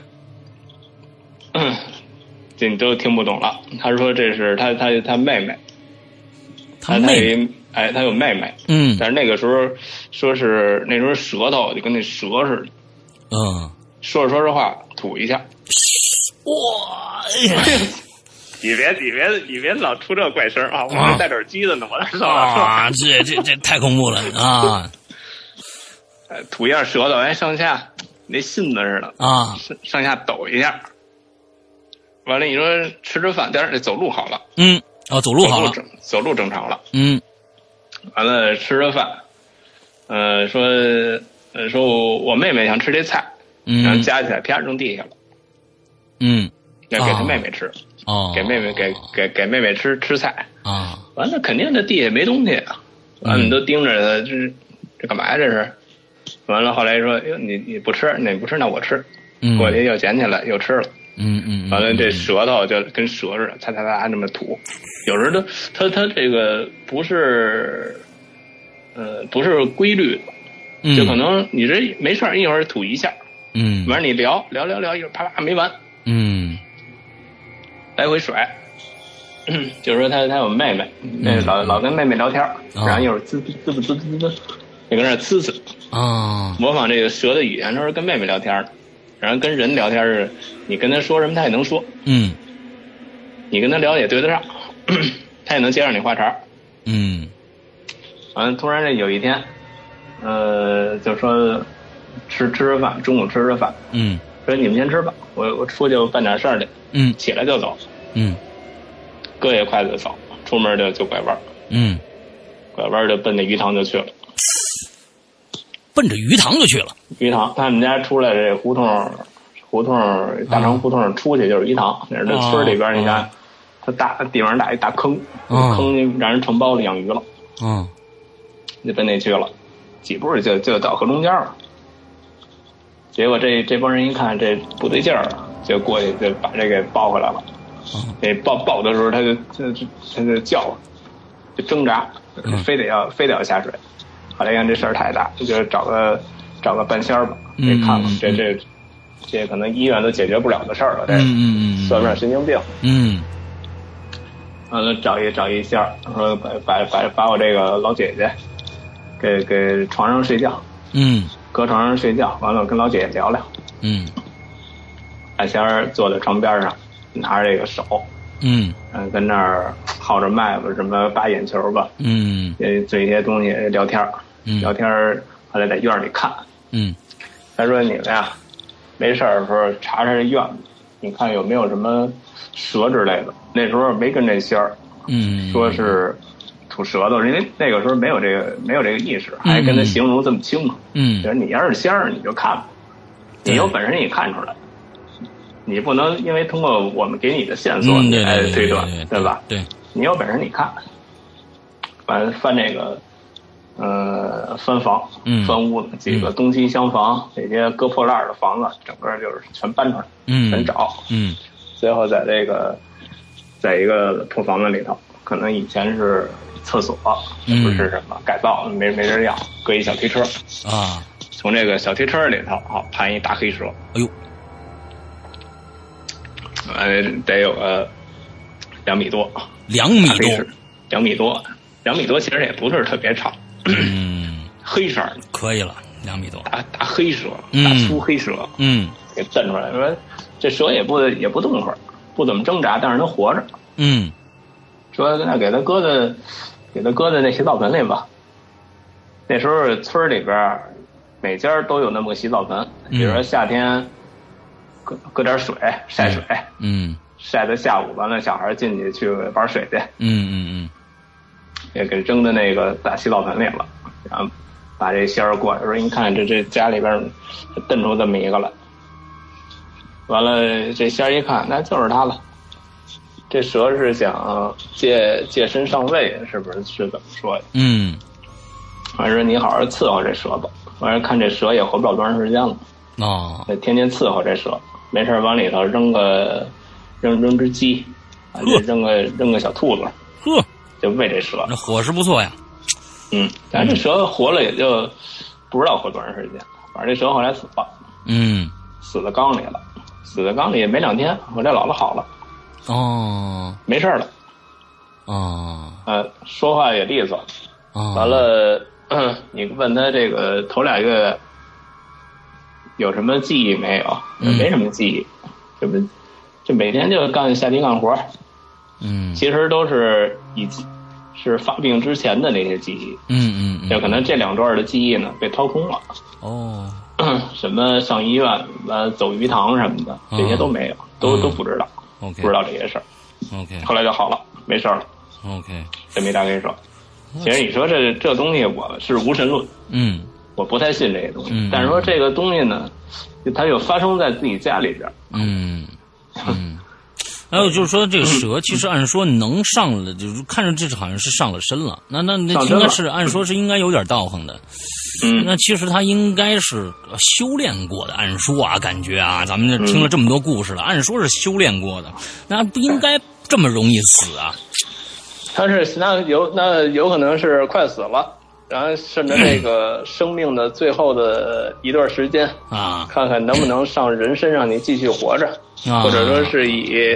B: 嗯这你都听不懂了。他说这是他他他妹妹，
A: 他妹，
B: 有一哎，他有妹妹，
A: 嗯
B: 但是那个时候说是那时候舌头就跟那蛇似的，
A: 嗯，
B: 说着说着话吐一下。
A: 哇，哎呀
B: 你别你别你别老出这怪声啊！我
A: 啊
B: 还戴着耳机子呢，我在这
A: 啊，这这这太恐怖了啊
B: 呃吐一下舌头，哎，上下那信子似的，
A: 啊，
B: 上上下抖一下。完了，你说吃吃饭，但是走路好了，
A: 嗯，哦，走路好
B: 走路
A: 了，
B: 正走路正常了。
A: 嗯
B: 完了吃吃饭，呃，说呃说我我妹妹想吃这菜，然后
A: 嗯
B: 夹起来啪扔地下了，
A: 嗯
B: 要给她
A: 啊
B: 妹妹吃。
A: 哦，
B: 给妹妹给给给妹妹吃吃菜。
A: 啊，
B: 完了，肯定这地下没东西啊，完
A: 嗯
B: 了你都盯着他，这这干嘛呀？这是。完了，后来说哟你你不吃，你不吃，那我吃。
A: 嗯，
B: 过去又捡起来又吃了，
A: 嗯嗯，嗯
B: 完了这舌头就跟蛇似的，擦擦擦那么吐。有时候都它它这个不是，呃，不是规律，
A: 嗯
B: 就可能你这没事儿一会儿吐一下，
A: 嗯，
B: 完了你聊聊聊聊，一会儿啪啪没完，
A: 嗯
B: 来回甩。 就是说他他有妹妹，那个老老跟妹妹聊天儿，
A: 哦
B: 然后一会儿滋滋滋滋滋滋，就跟那儿呲呲，
A: 啊，
B: 模仿这个蛇的语言，他说跟妹妹聊天儿呢，然后跟人聊天儿是，你跟他说什么他也能说，
A: 嗯
B: 你跟他聊也对得上， 他也能接上你话茬儿。
A: 嗯
B: 完了，突然这有一天，呃，就说吃吃着饭，中午吃着饭，
A: 嗯
B: 说你们先吃吧，我我出去办点事儿去，
A: 嗯
B: 起来就走，
A: 嗯
B: 搁下筷子走，出门就就拐弯儿，
A: 嗯，
B: 拐弯儿就奔那鱼塘就去了。
A: 奔着鱼塘就去了。
B: 鱼塘，他们家出来这胡同，胡同大成胡同出去就是鱼塘，那是这村里边儿，你看，它大地方大一大坑，
A: 哦
B: 坑就让人承包了养鱼了，
A: 啊
B: 就奔那去了，几步就就到河中间了。结果这这帮人一看这不对劲儿，就过去就把这给抱回来了。
A: 啊
B: 那抱抱的时候，他就他就他就叫，就挣扎
A: 嗯，
B: 非得要非得要下水。后来一看这事儿太大，就找个找个半仙儿吧，给
A: 嗯
B: 看看
A: 嗯
B: 这这这可能医院都解决不了的事儿了，这
A: 嗯嗯
B: 哎算不上神经病。
A: 嗯
B: 完了找一找一仙儿，说把把把把我这个老姐姐给给床上睡觉，
A: 嗯
B: 搁床上睡觉。完了我跟老姐姐聊聊，
A: 嗯
B: 半仙儿坐在床边上，拿着这个手，
A: 嗯
B: 嗯，跟那儿号着脉吧，什么扒眼球吧。
A: 嗯
B: 呃，这些东西聊天儿，
A: 嗯
B: 聊天儿，后来在院儿里看，
A: 嗯
B: 他说你们呀，没事儿的时候查查这院子，你看有没有什么蛇之类的。那时候没跟这仙儿
A: 嗯，
B: 说是吐舌头，因为那个时候没有这个没有这个意识，还跟他形容这么清楚。
A: 嗯
B: 就是你要是仙儿，你就看吧，你有本事你看出来，你不能因为通过我们给你的线索
A: 嗯
B: 你
A: 对
B: 来
A: 对
B: 推断，对吧？
A: 对，
B: 你有本事你看，完了翻这个，呃，翻房
A: 嗯，
B: 翻屋子，几个东西厢房，这些割破烂儿的房子，整个就是全搬出来，
A: 嗯
B: 全找，
A: 嗯
B: 最后在这个，在一个破房子里头，可能以前是厕所，
A: 嗯
B: 也不是什么改造，没没人要，搁一小推车，
A: 啊，
B: 从这个小推车里头啊盘一大黑蛇，
A: 哎呦，
B: 呃，得有个两米多，
A: 两米
B: 大黑蛇
A: 多，，
B: 两米多，两米多其实也不是特别长，
A: 嗯，
B: 黑色儿的。
A: 可以了，两米多，
B: 大大黑蛇，
A: 嗯
B: 大粗黑蛇、
A: 嗯
B: 给震出来，说这蛇也不也不动会儿，不怎么挣扎，但是它活着。
A: 嗯
B: 说那给它搁在给它搁在那洗澡盆里吧。那时候村里边儿每家都有那么个洗澡盆，比如说夏天搁搁点水晒水，
A: 嗯嗯
B: 晒到下午完了，小孩儿进去去玩水去，
A: 嗯嗯
B: 也给扔到那个大洗澡盆里了，然后把这仙儿过来说：“你看这这家里边儿瞪出这么一个来。”完了，这仙儿一看，那就是他了。这蛇是想借借身上位，是不是？是怎么说呀？
A: 嗯
B: 完说你好好伺候这蛇吧。完了，看这蛇也活不了多长时间了，
A: 嗯，哦，
B: 得天天伺候这蛇。没事儿往里头扔个扔扔只鸡，啊
A: 呵
B: 扔个扔个小兔子，
A: 呵，
B: 就喂这蛇。
A: 那伙食不错呀，
B: 嗯，但是这蛇活了也就不知道活多长时间，反正这蛇后来死了，
A: 嗯，
B: 死在缸里了，死在缸里没两天，我这姥姥好了，
A: 哦
B: 没事儿了，
A: 哦
B: 呃，说话也利索。
A: 哦，
B: 完，了，嗯你问他这个头俩月有什么记忆没有？
A: 嗯
B: 没什么记忆，这不就每天就干下地干活儿，
A: 嗯
B: 其实都是以是发病之前的那些记忆，
A: 嗯嗯，
B: 有可能这两段的记忆呢被掏空了。
A: 哦，
B: 什么上医院、呃走鱼塘什么的，这些都没有，都
A: 啊嗯
B: 都不知道，
A: OK，
B: 不知道这些事儿。
A: ，OK
B: 后来就好了，没事儿了，
A: OK，
B: 这没大跟你说。其实你说这这东西，我是无神论，
A: 嗯
B: 我不太信这些东西。
A: 嗯
B: 但是说这 个东西呢，就它有发生在自己家里边儿，
A: 嗯嗯，还有就是说，这个蛇其实按说能上了，就是看着这好像是上了身了。那那那
B: 上身
A: 应该
B: 了
A: 是按说是应该有点道行的。
B: 嗯
A: 那其实他应该是修炼过的。按说啊，感觉啊，咱们这听
B: 嗯
A: 了这么多故事了，按说是修炼过的，那不应该这么容易死啊。
B: 他是那有那有可能是快死了，然后趁着这个生命的最后的一段时间，
A: 啊
B: 看看能不能上人身让你继续活着，
A: 啊，
B: 或者说是以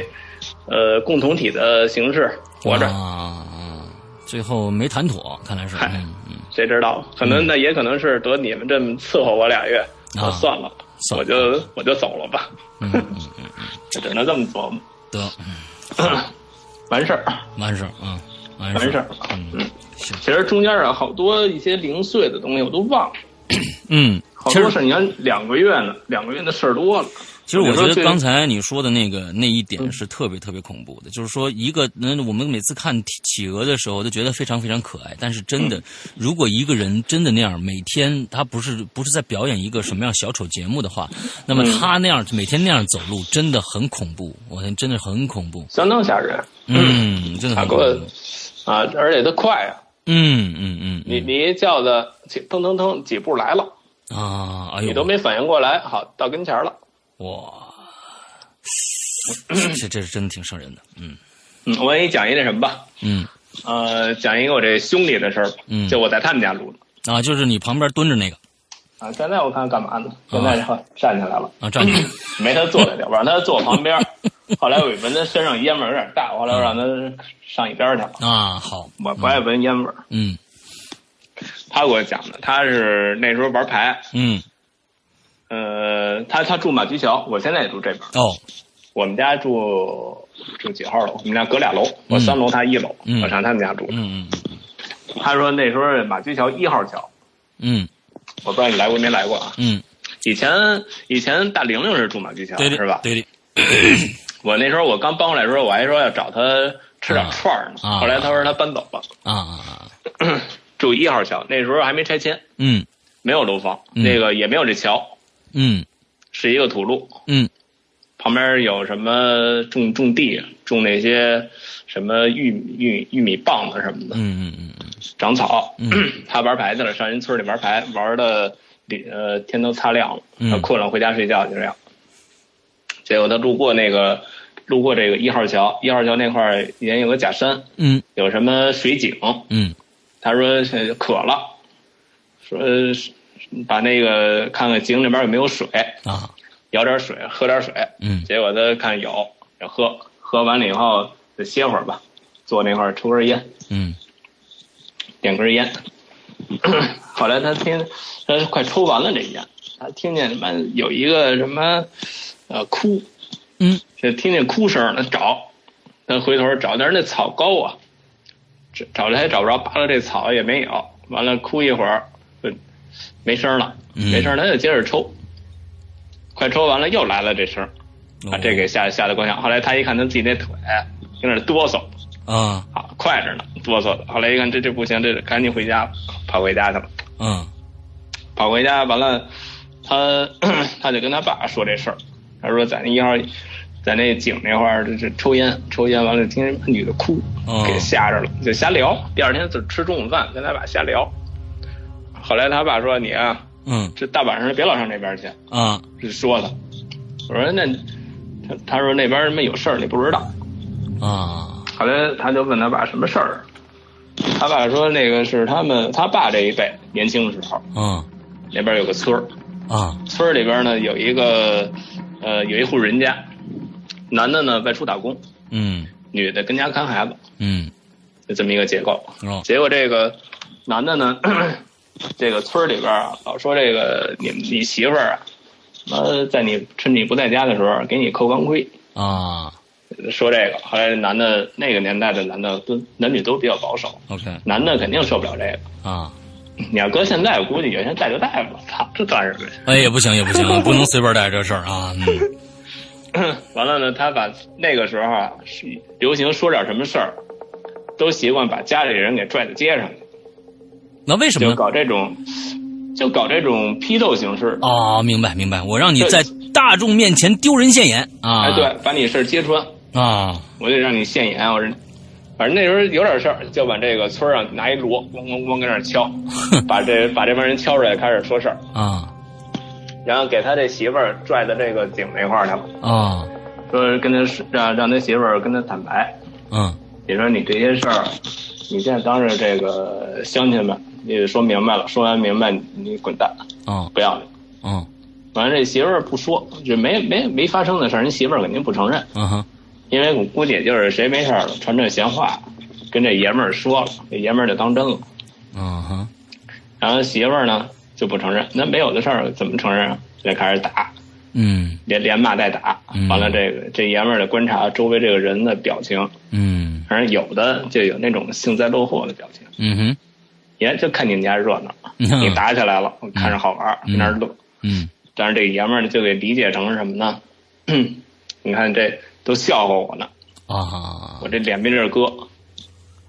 B: 呃共同体的形式活着，
A: 啊，嗯最后没谈妥，看来是。
B: 嗨
A: 嗯嗯
B: 谁知道？可能那也可能是得你们这么伺候我俩月，
A: 啊
B: 我算了，
A: 算了
B: 我就我就走了吧，
A: 嗯嗯，
B: 我只能这么琢磨，
A: 得嗯
B: 完事儿，
A: 完事儿啊，完
B: 完事儿。
A: 嗯行
B: 其实中间啊，好多一些零碎的东西我都忘了，
A: 嗯，
B: 好
A: 其
B: 多
A: 实
B: 事儿你看两个月呢，两个月的事儿多了。
A: 其实我觉
B: 你说
A: 得
B: 这嗯
A: 刚才你说的那个那一点是特别特别恐怖的，就是说一个那我们每次看企企鹅的时候都觉得非常非常可爱，但是真
B: 嗯
A: 的，如果一个人真的那样每天他不是不是在表演一个什么样小丑节目的话，那
B: 嗯
A: 么他那样每天那样走路真的很恐怖，我真的很恐怖，
B: 相当吓人
A: 嗯，真的
B: 啊，
A: 很
B: 给
A: 恐
B: 我
A: 怖，
B: 啊，而且它快啊，
A: 嗯嗯嗯，
B: 你你一叫它几腾腾腾几步来了，
A: 啊，哎呦，
B: 你都没反应过来，好到跟前儿了。
A: 哇， 这这是真的挺瘆人的，嗯
B: 嗯，我给你讲一那什么吧，
A: 嗯
B: 呃，讲一个我这兄弟的事儿吧，
A: 嗯
B: 就我在他们家录的
A: 啊，就是你旁边蹲着那个
B: 啊。现在我看干嘛呢？现在好站起来了，
A: 啊， 站着那个，
B: 没他坐在 这儿，我让他坐我旁边儿。后来我一闻他身上烟味儿有点大，后来我让他上一边儿去了。
A: 啊，好，
B: 我不爱闻烟味儿，
A: 嗯
B: 他给我讲的，他是那时候玩牌，
A: 嗯，
B: 呃，他他住马驹桥，我现在也住这边儿。
A: 哦，
B: 我们家住住几号楼？我们家隔俩楼，我三楼，他一楼，
A: 嗯
B: 我上他们家住。
A: 嗯嗯
B: 他说那时候是马驹桥一号桥，
A: 嗯
B: 我不知道你来过没来过啊？
A: 嗯，
B: 以前以前大玲玲是住马驹桥
A: 对的，
B: 是吧？
A: 对的，
B: 我那时候我刚搬过来的时候，我还说要找他吃点串儿呢，
A: 啊啊
B: 后来他说他搬走了，
A: 啊啊，
B: 住一号桥，那时候还没拆迁，
A: 嗯
B: 没有楼房，
A: 嗯
B: 那个也没有这桥，
A: 嗯
B: 是一个土路，
A: 嗯
B: 旁边有什么种种地，种那些什么玉米玉米玉米棒子什么的，
A: 嗯嗯嗯
B: 长草。
A: 嗯
B: 他玩牌去了，上人村里玩牌，玩的呃天都擦亮了，
A: 嗯
B: 他困了回家睡觉就这样。结果他路过那个路过这个一号桥，一号桥那块儿以前有个假山，
A: 嗯
B: 有什么水井，
A: 嗯
B: 他说呃渴了，说呃把那个看看井里边有没有水，
A: 啊，
B: 舀点水喝点水。
A: 嗯
B: 结果他看有，就喝，喝完了以后就歇会儿吧，坐那块儿抽根烟，
A: 嗯
B: 点根烟。 后来他听，他快抽完了这烟，他听见什么有一个什么，呃，哭，
A: 嗯
B: 就听见哭声儿，他找，他回头找，但是那草高啊，找找来也找不着，扒拉这草也没有。完了哭一会儿，就没声儿了，
A: 嗯
B: 没声儿，他就接着抽，快抽完了又来了这声儿，把
A: 哦
B: 这给吓吓得够呛。后来他一看他自己那腿有点哆嗦，
A: 啊
B: 啊，快着呢，哆嗦的。后来一看这这不行，这赶紧回家，跑回家去了。
A: 嗯
B: 跑回家完了，他 他就跟他爸说这事儿，他说在那一号，在那井那块儿这这抽烟，抽烟完了听人女的哭
A: 哦，
B: 给吓着了，就瞎聊。第二天就吃中午饭，跟他爸瞎聊。后来他爸说你啊，
A: 嗯
B: 这大晚上别老上这边去，
A: 啊
B: 就说他。我说那，他他说那边什么有事儿你不知道。
A: 啊
B: 后来他就问他爸什么事儿，他爸说那个是他们他爸这一辈年轻时候
A: 啊
B: 那边有个村儿，
A: 啊
B: 村儿里边呢有一个呃有一户人家，男的呢外出打工，
A: 嗯
B: 女的跟家看孩子，
A: 嗯
B: 就这么一个结构。
A: 哦
B: 结果这个男的呢， 这个村儿里边啊老说这个你你媳妇儿啊，妈在你趁你不在家的时候给你扣钢盔。
A: 啊
B: 说这个，后来这男的那个年代的男的都男女都比较保守，
A: ，OK
B: 男的肯定受不了这个，
A: 啊。
B: 你要搁现在，我估计有些人带就带吧，操，这干什么呀？
A: 哎，也不行，也不行，不能随便带这事儿啊！嗯
B: 完了呢，他把那个时候啊，是流行说点什么事儿，都习惯把家里人给拽到街上去，
A: 那为什么
B: 就
A: 呢？
B: 搞这种，就搞这种批斗形式。
A: 哦，明白明白，我让你在大众面前丢人现眼啊！
B: 哎哎，对，把你事儿揭穿，
A: 啊，
B: 我得让你现眼。啊我是，反正那时候有点事儿，就把这个村儿上拿一锣，咣咣咣跟那儿 敲，把这把这帮人敲出来，开始说事儿，
A: 啊
B: 然后给他这媳妇儿拽到这个井那块儿去了，
A: 啊，
B: 说跟他说让让他媳妇儿跟他坦白，
A: 嗯
B: 你说你这些事儿，你现在当着这个乡亲们，你得说明白了，说完明白你你滚蛋，
A: 啊
B: 不要你。
A: 嗯
B: 完了，这媳妇儿不说，就没没没发生的事儿，人媳妇儿肯定不承认，
A: 嗯哼
B: 因为我估计也就是谁没事儿了，传这闲话，跟这爷们儿说了，这爷们儿就当真了。
A: 嗯哼
B: 然后媳妇儿呢就不承认，那没有的事儿怎么承认啊？就开始打，
A: 嗯
B: 连连骂带打
A: 嗯。
B: 完了，这个这爷们儿得观察周围这个人的表情，
A: 嗯
B: 反正有的就有那种幸灾乐祸的表情，
A: 嗯哼
B: 也就看你们家热闹。
A: 嗯
B: 你打起来了，看着好玩儿，
A: 嗯
B: 跟那儿乐。
A: 嗯
B: 但是这爷们儿就给理解成是什么呢？ 你看这都笑话我呢，
A: 啊
B: 我这脸没地儿搁，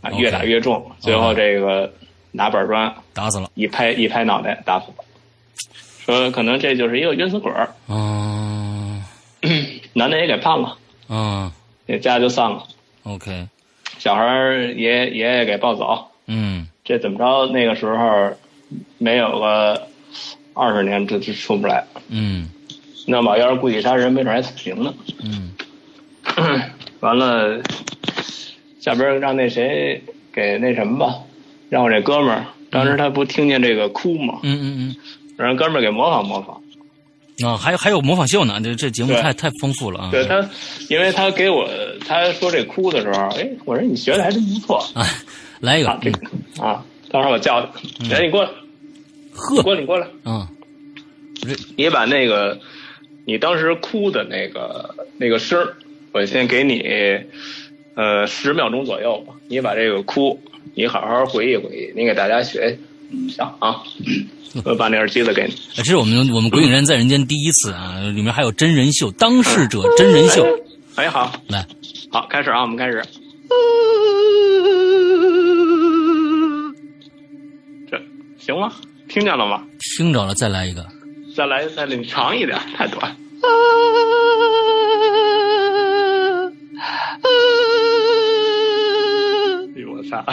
B: 啊，
A: OK
B: 越打越重，最后这个拿板砖
A: 打死了
B: 一拍一拍脑袋打死了。说可能这就是一个冤死鬼儿，
A: 啊
B: 男的也给判了，
A: 啊
B: 这家就散了，
A: OK
B: 小孩儿爷爷爷给抱走，
A: 嗯
B: 这怎么着？那个时候没有个二十年，这这出不来。
A: 嗯
B: 那么要是故意杀人，没准还死刑呢。
A: 嗯
B: 完了，下边让那谁给那什么吧，让我这哥们儿，当时他不听见这个哭吗？
A: 嗯嗯
B: 让哥们儿给模仿模仿。
A: 嗯啊，还有还有模仿秀呢，这这节目
B: 对
A: 太太丰富了啊！
B: 对他，因为他给我他说这哭的时候，哎，我说你学的还真不错
A: 啊， 来一个
B: 啊，，这个啊，当时我叫他，哎，你过来，
A: 嗯呵
B: 过来，你过来，
A: 啊，
B: 你把那个你当时哭的那个那个声儿，我先给你呃十秒钟左右吧，你把这个哭，你好好回忆回忆，你给大家学一下啊。我把那耳机子给你，
A: 这是我们我们《鬼影人在人间》第一次啊，里面还有真人秀，当事者真人秀，
B: 哎，好
A: 来，
B: 好，开始啊，我们开始。这行吗？听见了吗？
A: 听着了，再来一个，
B: 再来，再来，你长一点，太短。哎呦我操！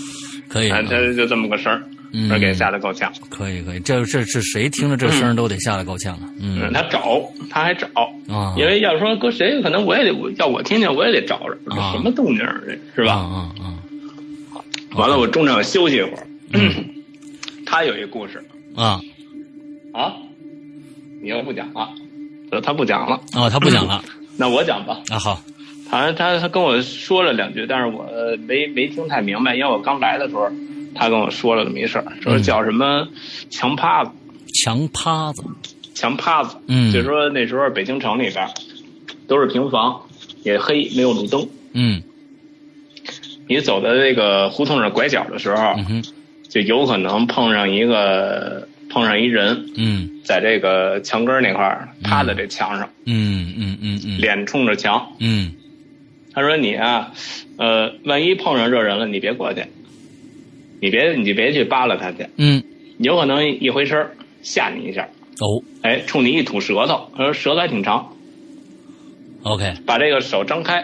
A: 可以，
B: 反
A: 啊
B: 正就这么个声儿，
A: 嗯
B: 这给吓得够呛。
A: 可以可以，这这这谁听着这声儿都得吓得够呛了，嗯
B: 嗯，他找，他还找，
A: 啊，
B: 嗯因为要说搁谁，可能我也得我要我听见我也得找着，这
A: 啊
B: 什么动静儿这是
A: 啊
B: 吧？
A: 啊啊
B: 完了，我中场休息一会儿。
A: 嗯
B: 嗯他有一故事
A: 啊
B: 啊，你要不讲了，呃他不讲了，
A: 啊，他不讲了
B: 那我讲吧。
A: 啊，好，
B: 好像他他跟我说了两句，但是我呃没没听太明白，因为我刚来的时候，他跟我说了这么一事儿，
A: 嗯
B: 说叫什么强趴子，
A: 强趴子，
B: 强趴子，
A: 嗯
B: 就说那时候北京城里边儿都是平房，也黑，没有路灯。
A: 嗯
B: 你走到那个胡同上拐角的时候，
A: 嗯哼
B: 就有可能碰上一个碰上一人，
A: 嗯
B: 在这个墙根儿那块儿趴在这墙上，
A: 嗯嗯嗯嗯
B: 脸冲着墙。
A: 嗯
B: 他说你啊，呃，万一碰上这人了，你别过去，你别你别去扒拉他去，
A: 嗯
B: 有可能一回身儿吓你一下，
A: 哦
B: 哎，冲你一吐舌头，他说舌头还挺长，
A: ，OK
B: 把这个手张开，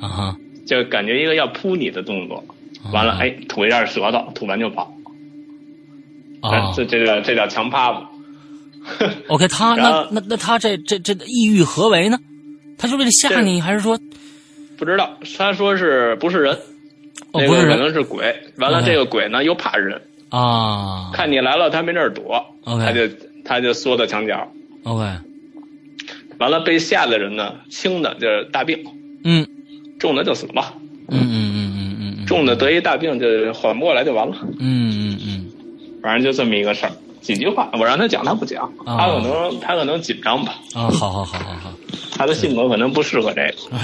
A: 啊哈，
B: 就感觉一个要扑你的动作，
A: 啊
B: 完了，哎，吐一下舌头，吐完就跑，
A: 啊
B: 这这叫这叫强趴子。
A: ，OK，他
B: 然
A: 那
B: 后
A: 那那他这这这意欲何为呢？他是为了吓
B: 这
A: 你，还是说
B: 不知道，他说是不是人？
A: 哦
B: 那
A: 不
B: 个
A: 是
B: 可
A: 人
B: 能是鬼。完了，
A: OK
B: 这个鬼呢又怕人，
A: 啊
B: 看你来了他没地儿躲
A: OK
B: 他就他就缩到墙角。
A: ？OK，
B: 完了，被吓的人呢，轻的就是大病，
A: 嗯
B: 重的就死了，
A: 嗯嗯嗯嗯嗯嗯，
B: 重的得一大病就缓不过来就完了，
A: 嗯嗯嗯
B: 反正就这么一个事儿。几句话，我让他讲，他不讲，
A: 啊
B: 他可能他可能紧张吧，
A: 啊，好好好好好。
B: 他的性格可能不适合这个。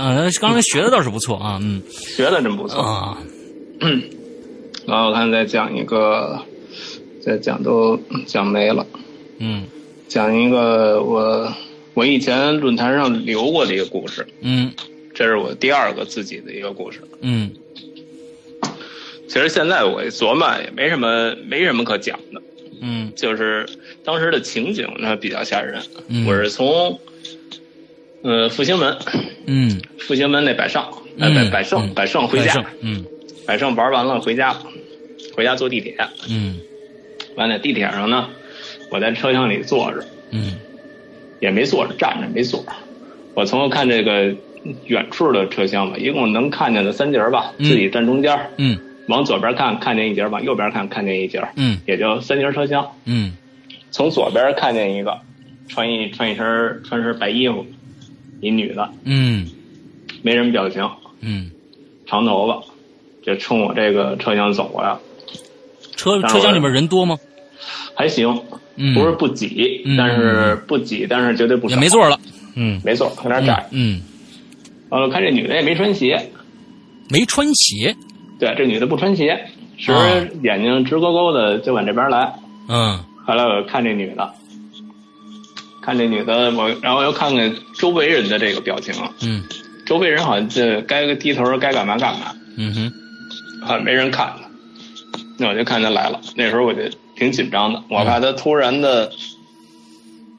A: 啊，那刚才学的倒是不错啊，嗯
B: 学的真不错，
A: 啊，
B: 然后我看再讲一个，再讲都讲没了。
A: 嗯
B: 讲一个我我以前论坛上留过的一个故事，
A: 嗯
B: 这是我第二个自己的一个故事。
A: 嗯
B: 其实现在我一琢磨也没什么没什么可讲的，
A: 嗯
B: 就是当时的情景呢比较吓人。
A: 嗯
B: 我是从呃，复兴门，
A: 嗯，
B: 复兴门那百上，哎，百百盛，
A: 嗯
B: 百盛回
A: 百
B: 家
A: 胜，，嗯
B: 百盛玩完了回家，回家坐地铁，
A: 嗯
B: 完了地铁上呢，我在车厢里坐着，
A: 嗯
B: 也没坐着，站着没坐。我从头看这个远处的车厢吧，一共能看见的三节儿吧，
A: 嗯
B: 自己站中间儿，
A: 嗯
B: 往左边看看见一节儿，往右边看看见一节儿，
A: 嗯
B: 也就三节儿车厢。
A: 嗯
B: 从左边看见一个，穿一穿一身儿穿身白衣服，一女的，
A: 嗯
B: 没什么表情，
A: 嗯，
B: 长头发，就冲我这个车厢走过来了，
A: 车
B: 当
A: 车厢
B: 然
A: 里面人多吗？
B: 还行，
A: 嗯，
B: 不是不挤，
A: 嗯
B: 但是不挤，但是绝对不
A: 也
B: 少。
A: 没座了，嗯，
B: 没错，有点窄。
A: 嗯，
B: 完呃了，看这女的也没穿鞋，
A: 嗯没穿鞋，
B: 对，这女的不穿鞋，时
A: 啊
B: 眼睛直勾勾的就往这边来。
A: 嗯
B: 后来我看这女的，看这女的，我然后又看看周围人的这个表情，
A: 嗯
B: 周围人好像这该低头该干嘛干嘛，
A: 嗯哼，
B: 好像没人看她。那我就看她来了，那时候我就挺紧张的，我怕她突然的，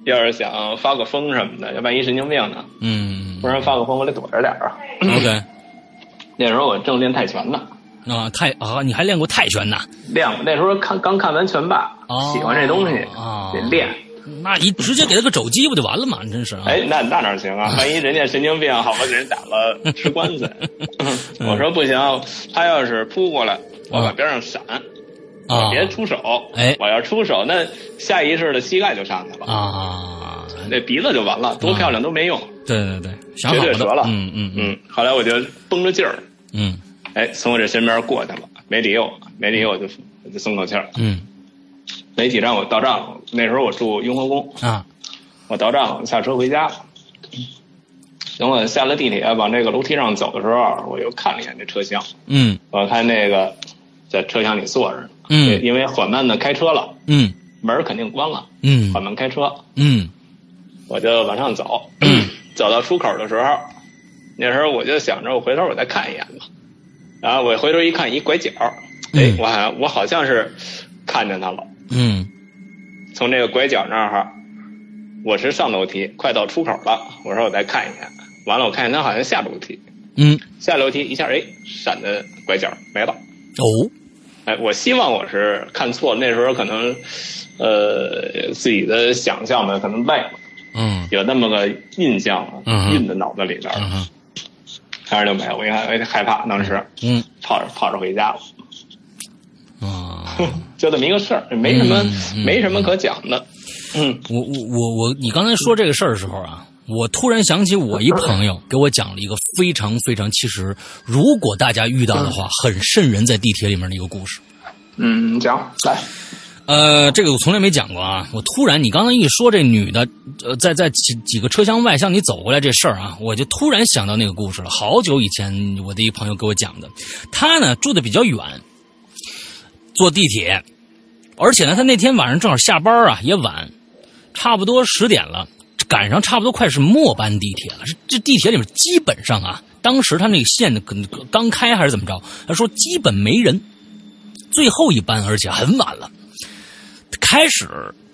B: 要是想发个疯什么的，要万一神经病呢，
A: 嗯
B: 突然发个疯我得躲着点儿啊。
A: ，OK，
B: 那时候我正练泰拳呢，
A: 啊泰啊，你还练过泰拳呐？
B: 练过。那时候看刚看完拳霸，
A: 哦
B: 喜欢这东西，
A: 哦
B: 得练。
A: 那你直接给他个肘击不就完了吗？你真是啊，
B: 哎，那那哪行啊？万一人家神经病，好吧，给人打了 吃官司。
A: 嗯
B: 我说不行，他要是扑过来，我往边上闪，
A: 啊，
B: 别出手。
A: 哦哎
B: 我要出手，那下意识的膝盖就上去了，
A: 啊，
B: 那鼻子就完了，多漂亮都没用。
A: 对对对，想好
B: 绝对折了
A: 嗯嗯哦嗯
B: 嗯，后来我就绷着劲儿，
A: 嗯
B: 哎，从我这身边过去了，没理我，没理我就我就松口气儿。
A: 嗯
B: 没几站我到站了，那时候我住雍和宫，
A: 啊，
B: 我到站了，下车回家。等我下了地铁，往这个楼梯上走的时候，我又看了一眼这车厢，
A: 嗯
B: 我看那个在车厢里坐着呢，
A: 嗯
B: 因为缓慢的开车了，
A: 嗯
B: 门儿肯定关了，
A: 嗯
B: 缓慢开车，
A: 嗯
B: 我就往上走，走到出口的时候，那时候我就想着我回头我再看一眼吧，然后我回头一看，一拐角，哎
A: 嗯，
B: 我好像我好像是看见他了，
A: 嗯
B: 从这个拐角那儿哈，我是上楼梯，快到出口了，我说我再看一眼，完了我看见他好像下楼梯，
A: 嗯，
B: 下楼梯一下哎闪的拐角没了，
A: 哦，
B: 哎，我希望我是看错了，那时候可能呃自己的想象吧，可能累了，
A: 嗯
B: 有那么个印象啊
A: 嗯
B: 印在脑子里边
A: 嗯
B: 了，
A: 哼
B: 当时就没了，我一看哎害怕，当时
A: 嗯
B: 跑着跑着回家了，
A: 啊。
B: 就这么一个事儿，没什么、
A: 嗯嗯
B: 没什么可讲的，嗯
A: 我我我我，你刚才说这个事儿的时候啊，我突然想起我一朋友给我讲了一个非常非常，其实如果大家遇到的话，很瘆人，在地铁里面的一个故事。
B: 嗯，讲来，
A: 呃，这个我从来没讲过啊！我突然，你刚才一说这女的，呃，在在几几个车厢外向你走过来这事儿啊，我就突然想到那个故事了。好久以前，我的一朋友给我讲的，他呢住的比较远，坐地铁，而且呢，他那天晚上正好下班啊，也晚，差不多十点了，赶上差不多快是末班地铁了。这这地铁里面基本上啊，当时他那个线可能刚开还是怎么着，他说基本没人，最后一班，而且很晚了。开始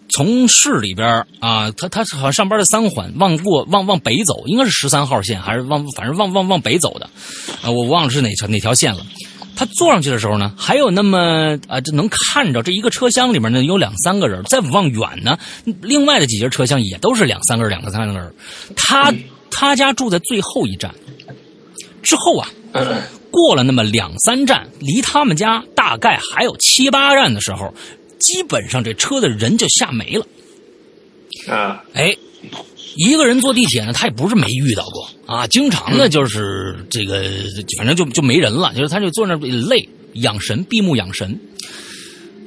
A: 从市里边儿啊，他他好像上班是三环，往过往往北走，应该是十三号线还是往反正往往往北走的，啊，我忘了是哪条哪条线了。他坐上去的时候呢，还有那么啊，这能看着这一个车厢里面呢有两三个人，再往远呢，另外的几节车厢也都是两三个人，两个三个人。他他家住在最后一站，之后啊，过了那么两三站，离他们家大概还有七八站的时候，基本上这车的人就下没了。
B: 嗯
A: 哎，一个人坐地铁呢，他也不是没遇到过啊，经常呢就是这个，反正就就没人了，就是他就坐那儿累，养神，闭目养神。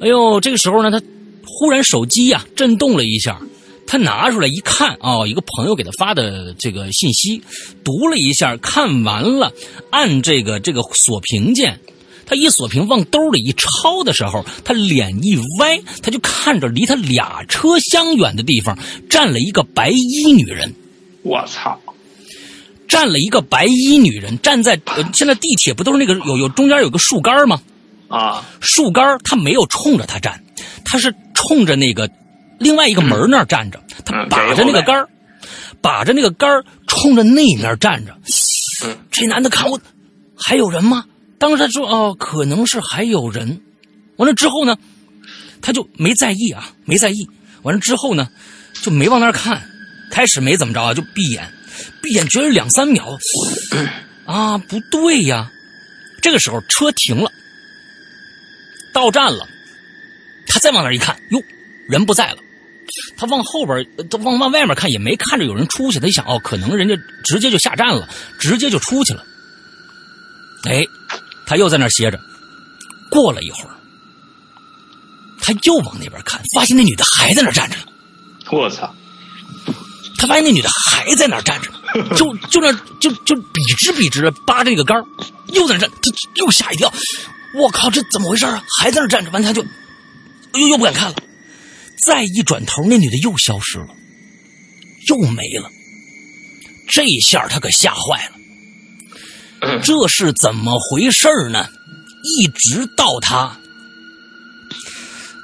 A: 哎呦，这个时候呢，他忽然手机呀、震动了一下，他拿出来一看啊、一个朋友给他发的这个信息，读了一下，看完了，按这个这个锁屏键。他一锁屏往兜里一抄的时候，他脸一歪，他就看着离他俩车厢远的地方站了一个白衣女人。
B: 我操，
A: 站了一个白衣女人，站在、呃、现在地铁不都是那个有有中间有个树干吗？
B: 啊，
A: 树干儿，他没有冲着他站，他是冲着那个另外一个门那儿站着，他
B: 嗯
A: 把着那个杆儿，把着那个杆儿冲着那面站着。
B: 嗯
A: 这男的看我，还有人吗？当时他说哦，可能是还有人。完了之后呢，他就没在意啊，没在意。完了之后呢，就没往那儿看，开始没怎么着啊，就闭眼，闭眼觉得两三秒，啊，不对呀。这个时候车停了，到站了，他再往那儿一看，哟，人不在了。他往后边，呃他往往外面看也没看着有人出去，他一想哦，可能人家直接就下站了，直接就出去了。哎，他又在那儿歇着，过了一会儿，他又往那边看，发现那女的还在那儿站着呢。
B: 我操，
A: 他发现那女的还在那儿站着呢，就就那就就笔直笔直的扒着那个杆儿又在那儿站，他他又吓一跳，我靠，这怎么回事啊？还在那儿站着，完他就又又不敢看了，再一转头，那女的又消失了，又没了，这一下他可吓坏了。这是怎么回事儿呢？一直到他，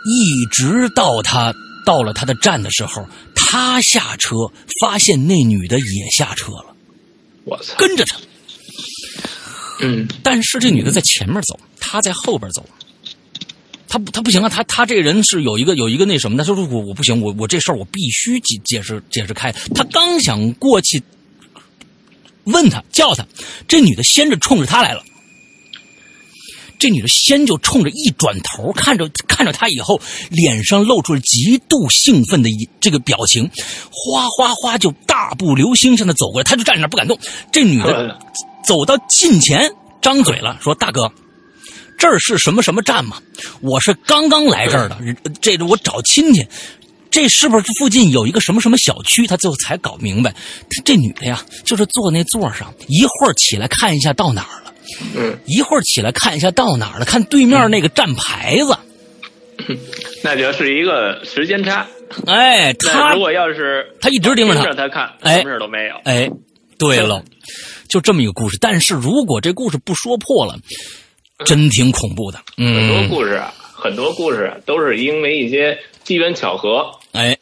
A: 一直到他到了他的站的时候，他下车发现那女的也下车了，
B: 我操，
A: 跟着他。
B: 嗯
A: 但是这女的在前面走，他在后边走。他不他不行啊，他他这人是有一个有一个那什么的，他说我我不行，我我这事儿我必须解解释解释开。他刚想过去问他叫他，这女的先是冲着他来了。这女的先就冲着一转头看着看着他以后，脸上露出了极度兴奋的一这个表情，哗哗哗就大步流星向他走过来，他就站在那儿不敢动。这女的走到近前，张嘴了说：“大哥，这儿是什么什么站吗？我是刚刚来这儿的，这我找亲戚。”这是不是附近有一个什么什么小区？他最后才搞明白，这女的呀，就是坐那座上，一会儿起来看一下到哪儿了，
B: 嗯，
A: 一会儿起来看一下到哪儿了，看对面那个站牌子。
B: 那就是一个时间差。
A: 哎，
B: 那
A: 他
B: 如果要是
A: 他一直盯着
B: 盯
A: 他
B: 着，他看，
A: 哎
B: 什么事都没有。
A: 哎，对了，就这么一个故事。但是如果这故事不说破了，真挺恐怖的。
B: 很多
A: 嗯，
B: 故事，啊，很多故事啊都是因为一些机缘巧合，
A: 哎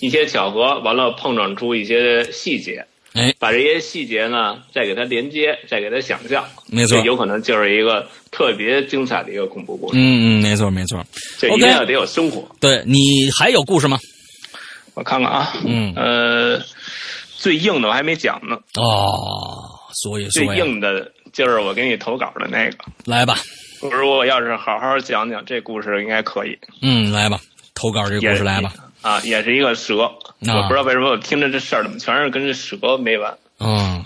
B: 一些巧合，完了碰撞出一些细节，
A: 哎，
B: 把这些细节呢再给它连接，再给它想象，
A: 没错
B: 这有可能就是一个特别精彩的一个恐怖故事。
A: 嗯嗯，没错没错。
B: 这一
A: OK
B: 定要得有生活。
A: 对你还有故事吗？
B: 我看看啊，
A: 嗯
B: 呃，最硬的我还没讲呢，
A: 哦，所以说
B: 最
A: 呀，
B: 硬的就是我给你投稿的那个。
A: 来吧，
B: 如果要是好好讲讲这故事，应该可以。
A: 嗯，来吧，投稿这个
B: 也
A: 故
B: 是
A: 事来吧。
B: 啊，也是一个蛇。我不知道为什么我听着这事儿怎么全是跟这蛇没完。
A: 嗯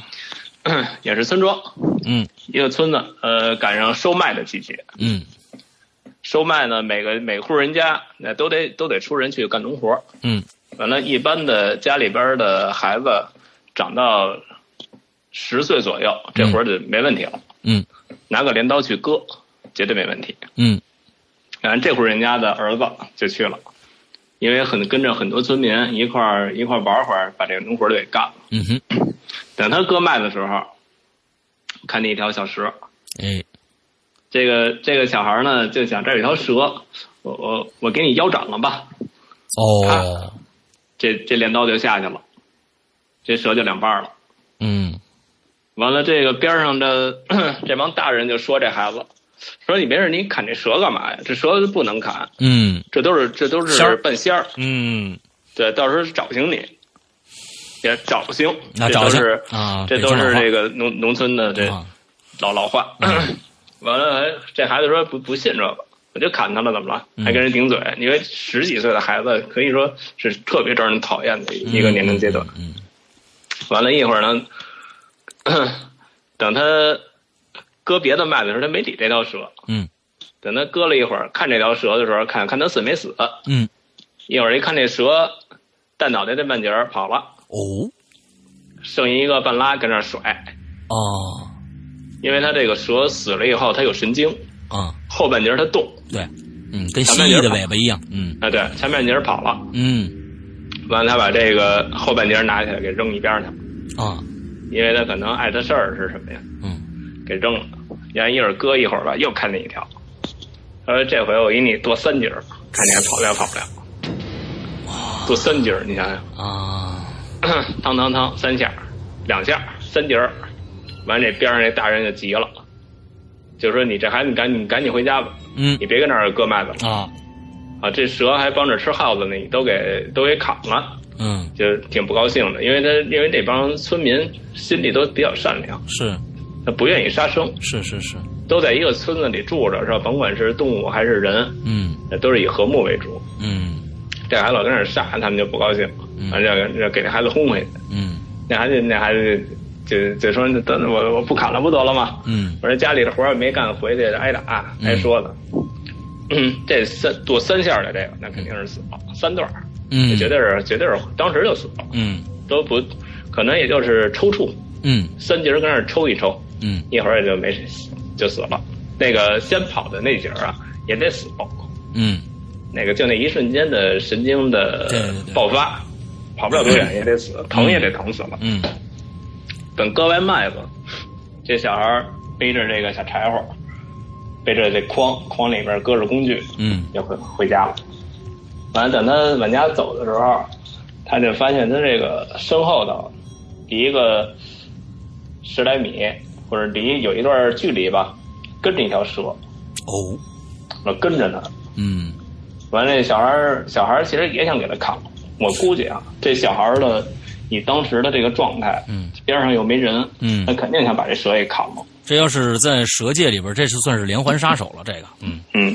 B: 也是村庄，
A: 嗯
B: 一个村子，呃，赶上收麦的季节，
A: 嗯
B: 收麦呢，每个每户人家那都得都得出人去干农活儿。
A: 嗯
B: 完了，一般的家里边的孩子长到十岁左右，这活儿就没问题了，
A: 嗯
B: 拿个镰刀去割，绝对没问题。
A: 嗯
B: 然后这户人家的儿子就去了，因为很跟着很多村民一块儿一块儿玩会儿，把这个农活儿就给干了。
A: 嗯哼，
B: 等他割麦的时候，看见一条小蛇，
A: 哎，
B: 这个这个小孩呢就想这儿有条蛇，我我我给你腰斩了吧，
A: 哦，
B: 这这镰刀就下去了，这蛇就两半儿了。
A: 嗯
B: 完了，这个边上的 这帮大人就说这孩子，说你没事，你砍这蛇干嘛呀？这蛇不能砍，
A: 嗯
B: 这都是这都
A: 仙
B: 是
A: 儿
B: 半仙儿，
A: 嗯，
B: 对，到时候找醒你，也找醒，
A: 那
B: 这
A: 找
B: 都
A: 去
B: 是
A: 啊，
B: 这
A: 北
B: 都
A: 京
B: 是
A: 老话
B: 这个农农村的这
A: 啊，嗯
B: 老老话。完了，哎这孩子说不不信这个，我就砍他了，怎么了？还跟人顶嘴？因为十几岁的孩子可以说是特别招人讨厌的一个年龄阶段。
A: 嗯，
B: 完了，一会儿呢，等他割别的麦子的时候，他没理这条蛇。
A: 嗯
B: 等他割了一会儿，看这条蛇的时候，看看他死没死。
A: 嗯嗯，
B: 一会儿一看这蛇，带脑袋的半截儿跑了，
A: 哦
B: 剩一个半拉跟那儿甩。
A: 哦
B: 因为他这个蛇死了以后，它有神经，
A: 啊，
B: 后半截儿它动。
A: 对，嗯，跟蜥蜴的尾巴一样，嗯
B: 啊，对，前半截儿跑了，
A: 嗯
B: 完了他把这个后半截儿拿起来给扔一边儿去了，
A: 啊
B: 因为他可能碍他事儿是什么呀？
A: 嗯
B: 给扔了。然后一会儿搁一会儿吧，又看见一条。他说：“这回我给你剁三截儿，看你还跑不了跑不了。”剁三截儿，你想想，
A: 啊
B: 汤汤汤三下儿，两下三节儿，完这边上那大人就急了，就说你这孩子你赶紧赶紧回家吧，
A: 嗯
B: 你别跟那儿割麦子了
A: 啊，
B: 啊！这蛇还帮着吃耗子呢，你都给都给砍了，
A: 嗯
B: 就挺不高兴的，因为他因为这帮村民心里都比较善良，
A: 是
B: 他不愿意杀生，
A: 是是是，
B: 都在一个村子里住着是吧？甭管是动物还是人，
A: 嗯
B: 都是以和睦为主。
A: 嗯
B: 这孩子老跟那儿杀，他们就不高兴
A: 嗯，
B: 完了就给这孩子轰回去。
A: 嗯
B: 那孩子那孩子就就说那等我我不砍了不得了吗？
A: 嗯
B: 我说家里的活儿也没干，回去挨打挨说的。嗯，这三剁三下的这个，那肯定是死了，三段儿，
A: 嗯，
B: 绝对是绝对是当时就死了，
A: 嗯
B: 都不可能也就是抽搐，
A: 嗯
B: 三节儿跟那儿抽一抽，
A: 嗯
B: 一会儿也就没就死了。那个先跑的那节儿啊，也得死了。
A: 嗯
B: 那个就那一瞬间的神经的
A: 对对嗯对
B: 爆发，跑不了多远也得死，疼也得疼死了。
A: 嗯
B: 等割完麦子，这小孩儿背着这个小柴火，背着这筐，筐里边搁着工具，
A: 嗯
B: 就回回家了。完了，等他往家走的时候，他就发现他这个身后头离一个十来米或者离有一段距离吧，跟着一条蛇，
A: 哦，
B: 我跟着他。
A: 嗯
B: 完了，这小孩儿小孩儿其实也想给他砍了。我估计啊，这小孩儿的以当时的这个状态，
A: 嗯
B: 边上又没人，
A: 嗯
B: 他，肯定想把这蛇给砍了。
A: 这要是在蛇界里边，这是算是连环杀手了，这个，嗯
B: 嗯，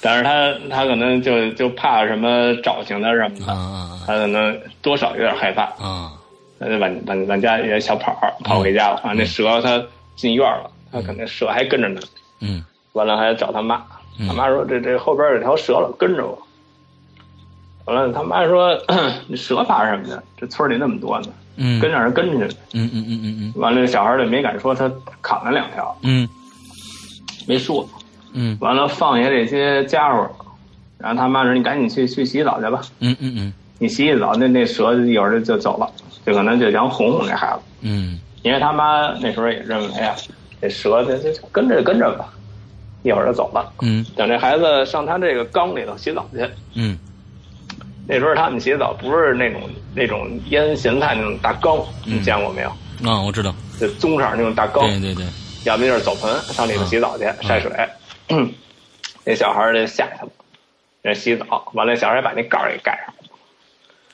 B: 但是他他可能就就怕什么找寻他什
A: 啊
B: 么的，
A: 啊
B: 他可能多少有点害怕，
A: 啊，
B: 他就往往往家也小跑儿跑回家了。完、那蛇他进院了，他肯定蛇还跟着呢。
A: 嗯
B: 完了还找他妈，
A: 嗯
B: 他妈说这这后边有条蛇了，跟着我。完了他妈说 你蛇怕什么呀？这村里那么多呢，
A: 嗯，
B: 跟让人跟着去。
A: 嗯嗯嗯嗯
B: 完了小孩儿就没敢说，他砍了两条，
A: 嗯
B: 没说。
A: 嗯
B: 完了放下这些家伙，然后他妈说你赶紧去去洗澡去吧，
A: 嗯嗯
B: 你洗洗澡，那那蛇一会儿就走了，就可能就想哄哄这孩子，
A: 嗯
B: 因为他妈那时候也认为啊，这蛇这这这跟着跟着吧，一会儿就走了。
A: 嗯
B: 等这孩子上他这个缸里头洗澡去。
A: 嗯
B: 那时候他们洗澡不是那种那种腌咸菜那种大缸，你见过没有？
A: 嗯，啊，我知道，
B: 就棕色那种大缸，
A: 对嗯对对，
B: 要么就是澡盆，上里头洗澡去、晒水。嗯那小孩儿就下去了，那洗澡完了，小孩儿把那盖儿给盖上了。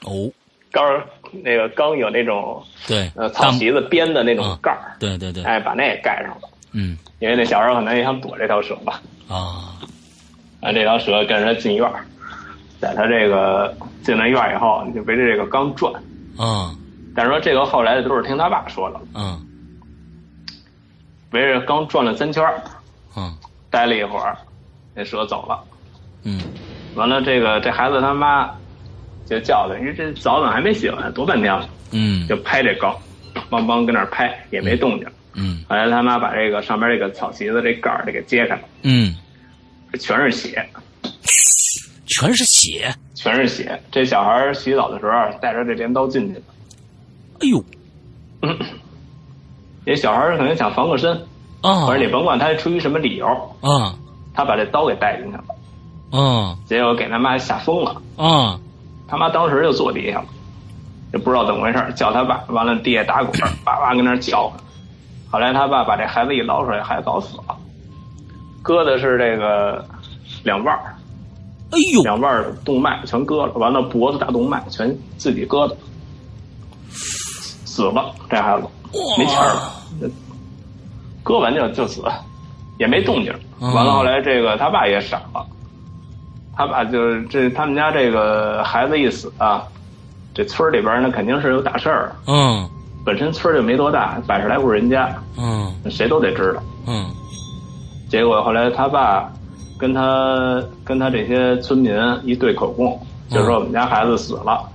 A: 哦，
B: 盖儿那个缸有那种
A: 对，
B: 呃草席子编的那
A: 嗯
B: 种盖儿，
A: 对对对，
B: 哎，把那也盖上了，
A: 嗯
B: 因为那小孩儿可能也想躲这条蛇吧。
A: 啊，
B: 啊，这条蛇跟着他进院儿，在他这个进了院儿以后，你就围着这个缸转。
A: 啊
B: 但是说这个后来都是听他爸说的，
A: 啊
B: 围着缸转了三圈儿，
A: 啊，
B: 待了一会儿，那蛇走了。
A: 嗯
B: 完了，这个这孩子他妈就叫他，因为这澡怎么还没洗完，多半天了，
A: 嗯
B: 就拍这缸，梆梆跟那儿拍，也没动静。
A: 嗯
B: 后来他妈把这个上边这个草席子这盖儿给揭开了，
A: 嗯，
B: 全是血，
A: 全是血，
B: 全是血。这小孩儿洗澡的时候啊带着这镰刀进去的，
A: 哎呦
B: 这小孩儿可能想防个身，
A: 啊
B: 反正你甭管他出于什么理由，
A: 啊
B: 他把这刀给带进去了，
A: 啊
B: 结果给他妈吓疯了。
A: 啊
B: 他妈当时就坐地下了，也不知道怎么回事儿，叫他爸，完了地下打滚儿，叭叭跟那儿叫唤。后来他爸把这孩子一捞出来，孩子早死了，割的是这个两腕儿，
A: 哎呦，
B: 两腕儿动脉全割了，完了脖子大动脉全自己割的，死了这孩子没钱儿
A: 哦
B: 了，割完就就死，也没动静儿。
A: 嗯
B: 完了后来这个他爸也傻了，他爸就是这他们家这个孩子一死啊，这村儿里边儿那肯定是有大事儿，
A: 嗯
B: 本身村儿就没多大，百十来户人家，
A: 嗯
B: 谁都得知道。
A: 嗯
B: 结果后来他爸跟他跟他这些村民一对口供，就说我们家孩子死了，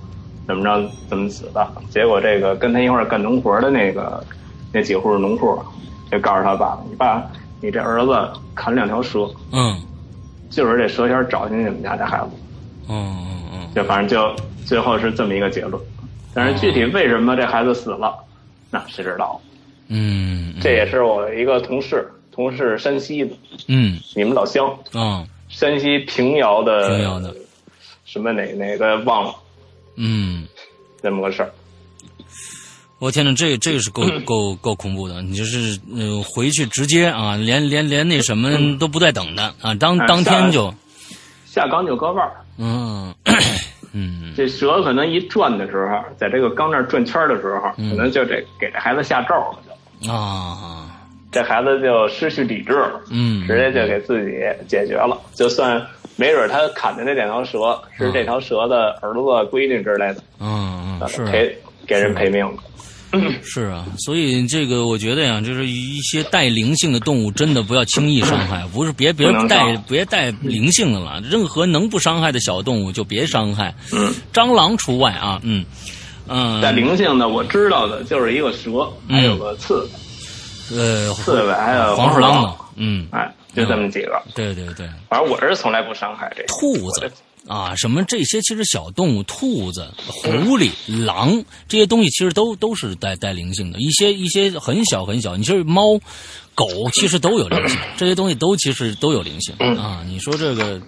B: 怎么着怎么死的。结果这个跟他一块儿干农活的那个那几户农户，就告诉他爸，你爸你这儿子砍两条蛇，
A: 嗯
B: 就是这蛇仙找进你们家这孩子，
A: 嗯嗯
B: 就反正就最后是这么一个结论。但是具体为什么这孩子死了，那谁知道？
A: 嗯，
B: 这也是我一个同事，同事山西的，
A: 嗯
B: 你们老乡。
A: 啊
B: 山西平遥的
A: 平遥的
B: 什么哪哪个忘了
A: 嗯。
B: 这么个事儿。
A: 我天哪，这这 是够够够恐怖的！你就是呃回去直接啊，连连连那什
B: 嗯
A: 么都不带等的啊，
B: 哎
A: 当当天就
B: 下缸就搁腕儿。
A: 嗯 嗯
B: 这蛇可能一转的时候，在这个缸那儿转圈儿的时候，
A: 嗯
B: 可能就得给这孩子下咒了，就
A: 啊
B: 这孩子就失去理智了，
A: 嗯，
B: 直接就给自己解决了。就算没准他砍的那两条
A: 啊
B: 蛇是这条蛇的儿子、闺女之类的，
A: 嗯嗯是啊
B: 赔给人赔命了。
A: 是啊，所以这个我觉得呀，就是一些带灵性的动物，真的不要轻易伤害，不是别别
B: 不能
A: 带
B: 伤
A: 别带灵性的了，任何能不伤害的小动物就别伤害，
B: 嗯，
A: 蟑螂除外啊，嗯嗯，
B: 但灵性呢，我知道的就是一个蛇，还有个刺
A: 呃
B: 刺猬，还有
A: 黄鼠狼
B: 嘛
A: 嘛，，嗯，
B: 哎，就这么几个。
A: 对对对，
B: 反正我是从来不伤害这个
A: 兔子啊，什么这些其实小动物，兔子、狐狸、狼这些东西，其实都都是带带灵性的。一些一些很小很小，你就是猫、狗，其实都有灵性，这些东西都其实都有灵性啊。你说这个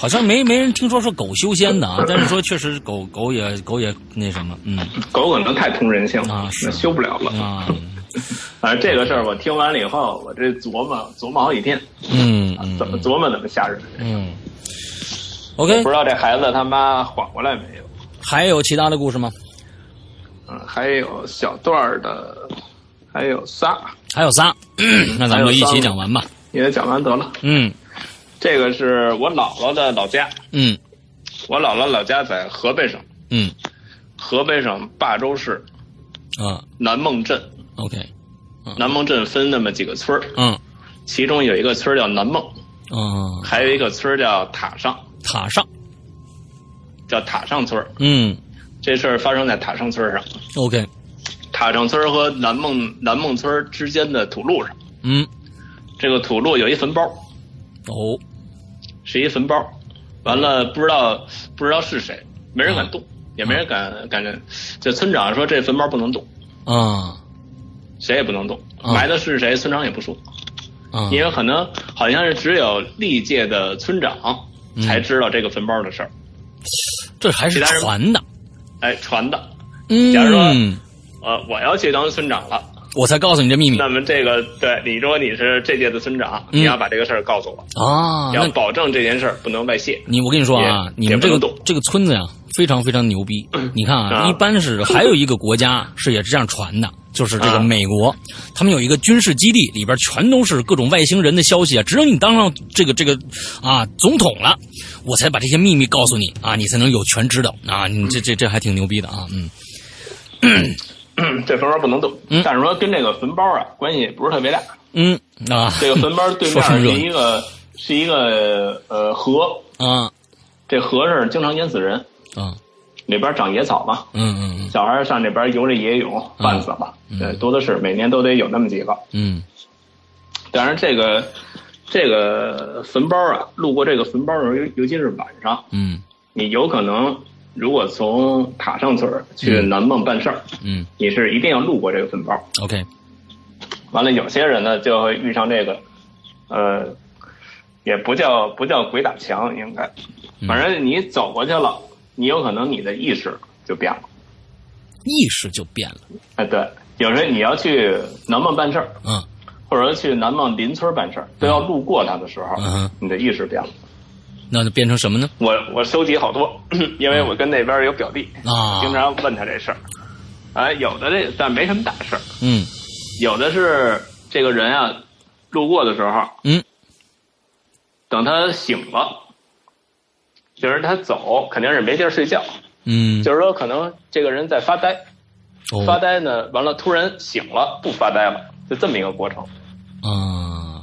A: 好像没没人听说说狗修仙的啊，但是说确实狗狗也狗也那什么，嗯
B: 狗可能太通人性
A: 啊
B: 了，
A: 是
B: 那修不了了。
A: 啊
B: 反正这个事儿我听完了以后，我这琢磨琢磨好几天，
A: 嗯嗯
B: 怎么琢磨怎么吓人。
A: 嗯。OK，
B: 不知道这孩子他妈缓过来没有？
A: 还有其他的故事吗？
B: 嗯，还有小段儿的，还有仨，
A: 还有仨， 那咱们就一起讲完吧。
B: 也讲完得了。
A: 嗯
B: 这个是我姥姥的老家，
A: 嗯
B: 我姥姥老家在河北省，
A: 嗯
B: 河北省霸州市
A: 啊
B: 南孟镇。
A: ，OK，
B: 南孟镇分那么几个村儿，
A: 嗯。
B: 其中有一个村儿叫南孟，
A: 嗯，
B: 还有一个村儿叫塔上，
A: 塔上，
B: 叫塔上村儿。
A: 嗯
B: 这事儿发生在塔上村儿上，
A: ，OK，
B: 塔上村儿和南孟南孟村儿之间的土路上，
A: 嗯，
B: 这个土路有一坟包，
A: 哦，
B: 是一坟包，完了不知道不知道是谁，没人敢动，也没人敢敢认。这村长说这坟包不能动，
A: 啊
B: 谁也不能动，
A: 嗯
B: 埋的是谁，村长也不说，
A: 啊，
B: 因为可能好像是只有历届的村长
A: 嗯
B: 才知道这个坟包的事儿，
A: 这还是
B: 其他人
A: 传的，
B: 哎，传的。
A: 嗯，
B: 假如说呃，我要去当村长了，
A: 我才告诉你这秘密
B: 那么这个对你说你是这届的村长，
A: 嗯
B: 你要把这个事儿告诉我，
A: 啊，
B: 要
A: 那
B: 保证这件事儿不能外泄。
A: 你我跟你说啊
B: 也，
A: 你们这
B: 也不
A: 个
B: 能动
A: 这个村子呀，非常非常牛逼。你看啊，
B: 啊
A: 一般是还有一个国家是也是这样传的，就是这个
B: 啊
A: 美国，他们有一个军事基地，里边全都是各种外星人的消息啊。只有你当上这个这个啊总统了，我才把这些秘密告诉你啊，你才能有权知道啊。你这这这还挺牛逼的啊，嗯
B: 这坟包不能动，
A: 嗯
B: 但是说跟这个坟包啊关系也不是特别大。
A: 嗯啊，
B: 这个坟包对哦
A: 说
B: 面
A: 成
B: 是
A: 热
B: 一个是一个呃河，
A: 啊
B: 这河这儿经常淹死人，
A: 啊
B: 里边长野草嘛，
A: 嗯嗯
B: 小孩儿上这边游着野泳，半死了，
A: 嗯
B: 对，多的是，每年都得有那么几个。
A: 嗯
B: 当然，这个这个坟包啊，路过这个坟包的时候，尤尤其是晚上，
A: 嗯
B: 你有可能如果从塔上村儿去南孟办事儿，
A: 嗯嗯
B: 你是一定要路过这个坟包。
A: ，OK，
B: 完了，有些人呢就会遇上这个，呃，也不叫不叫鬼打墙，应该，
A: 嗯
B: 反正你走过去了，你有可能你的意识就变了。
A: 意识就变了，
B: 哎，对，有时候你要去南孟办事儿，
A: 嗯
B: 或者说去南孟邻村办事儿，都要路过它的时候，
A: 嗯哼
B: 你的意识变了。
A: 那就变成什么呢？
B: 我我收集好多， 因为我跟那边有表弟，
A: 啊，
B: 经常问他这事儿。哎，有的这但没什么大事儿，
A: 嗯
B: 有的是这个人啊，路过的时候，
A: 嗯
B: 等他醒了，就是他走肯定是没地儿睡觉，
A: 嗯，
B: 就是说可能这个人在发呆，
A: 哦
B: 发呆呢，完了突然醒了，不发呆了，就这么一个过程。
A: 啊，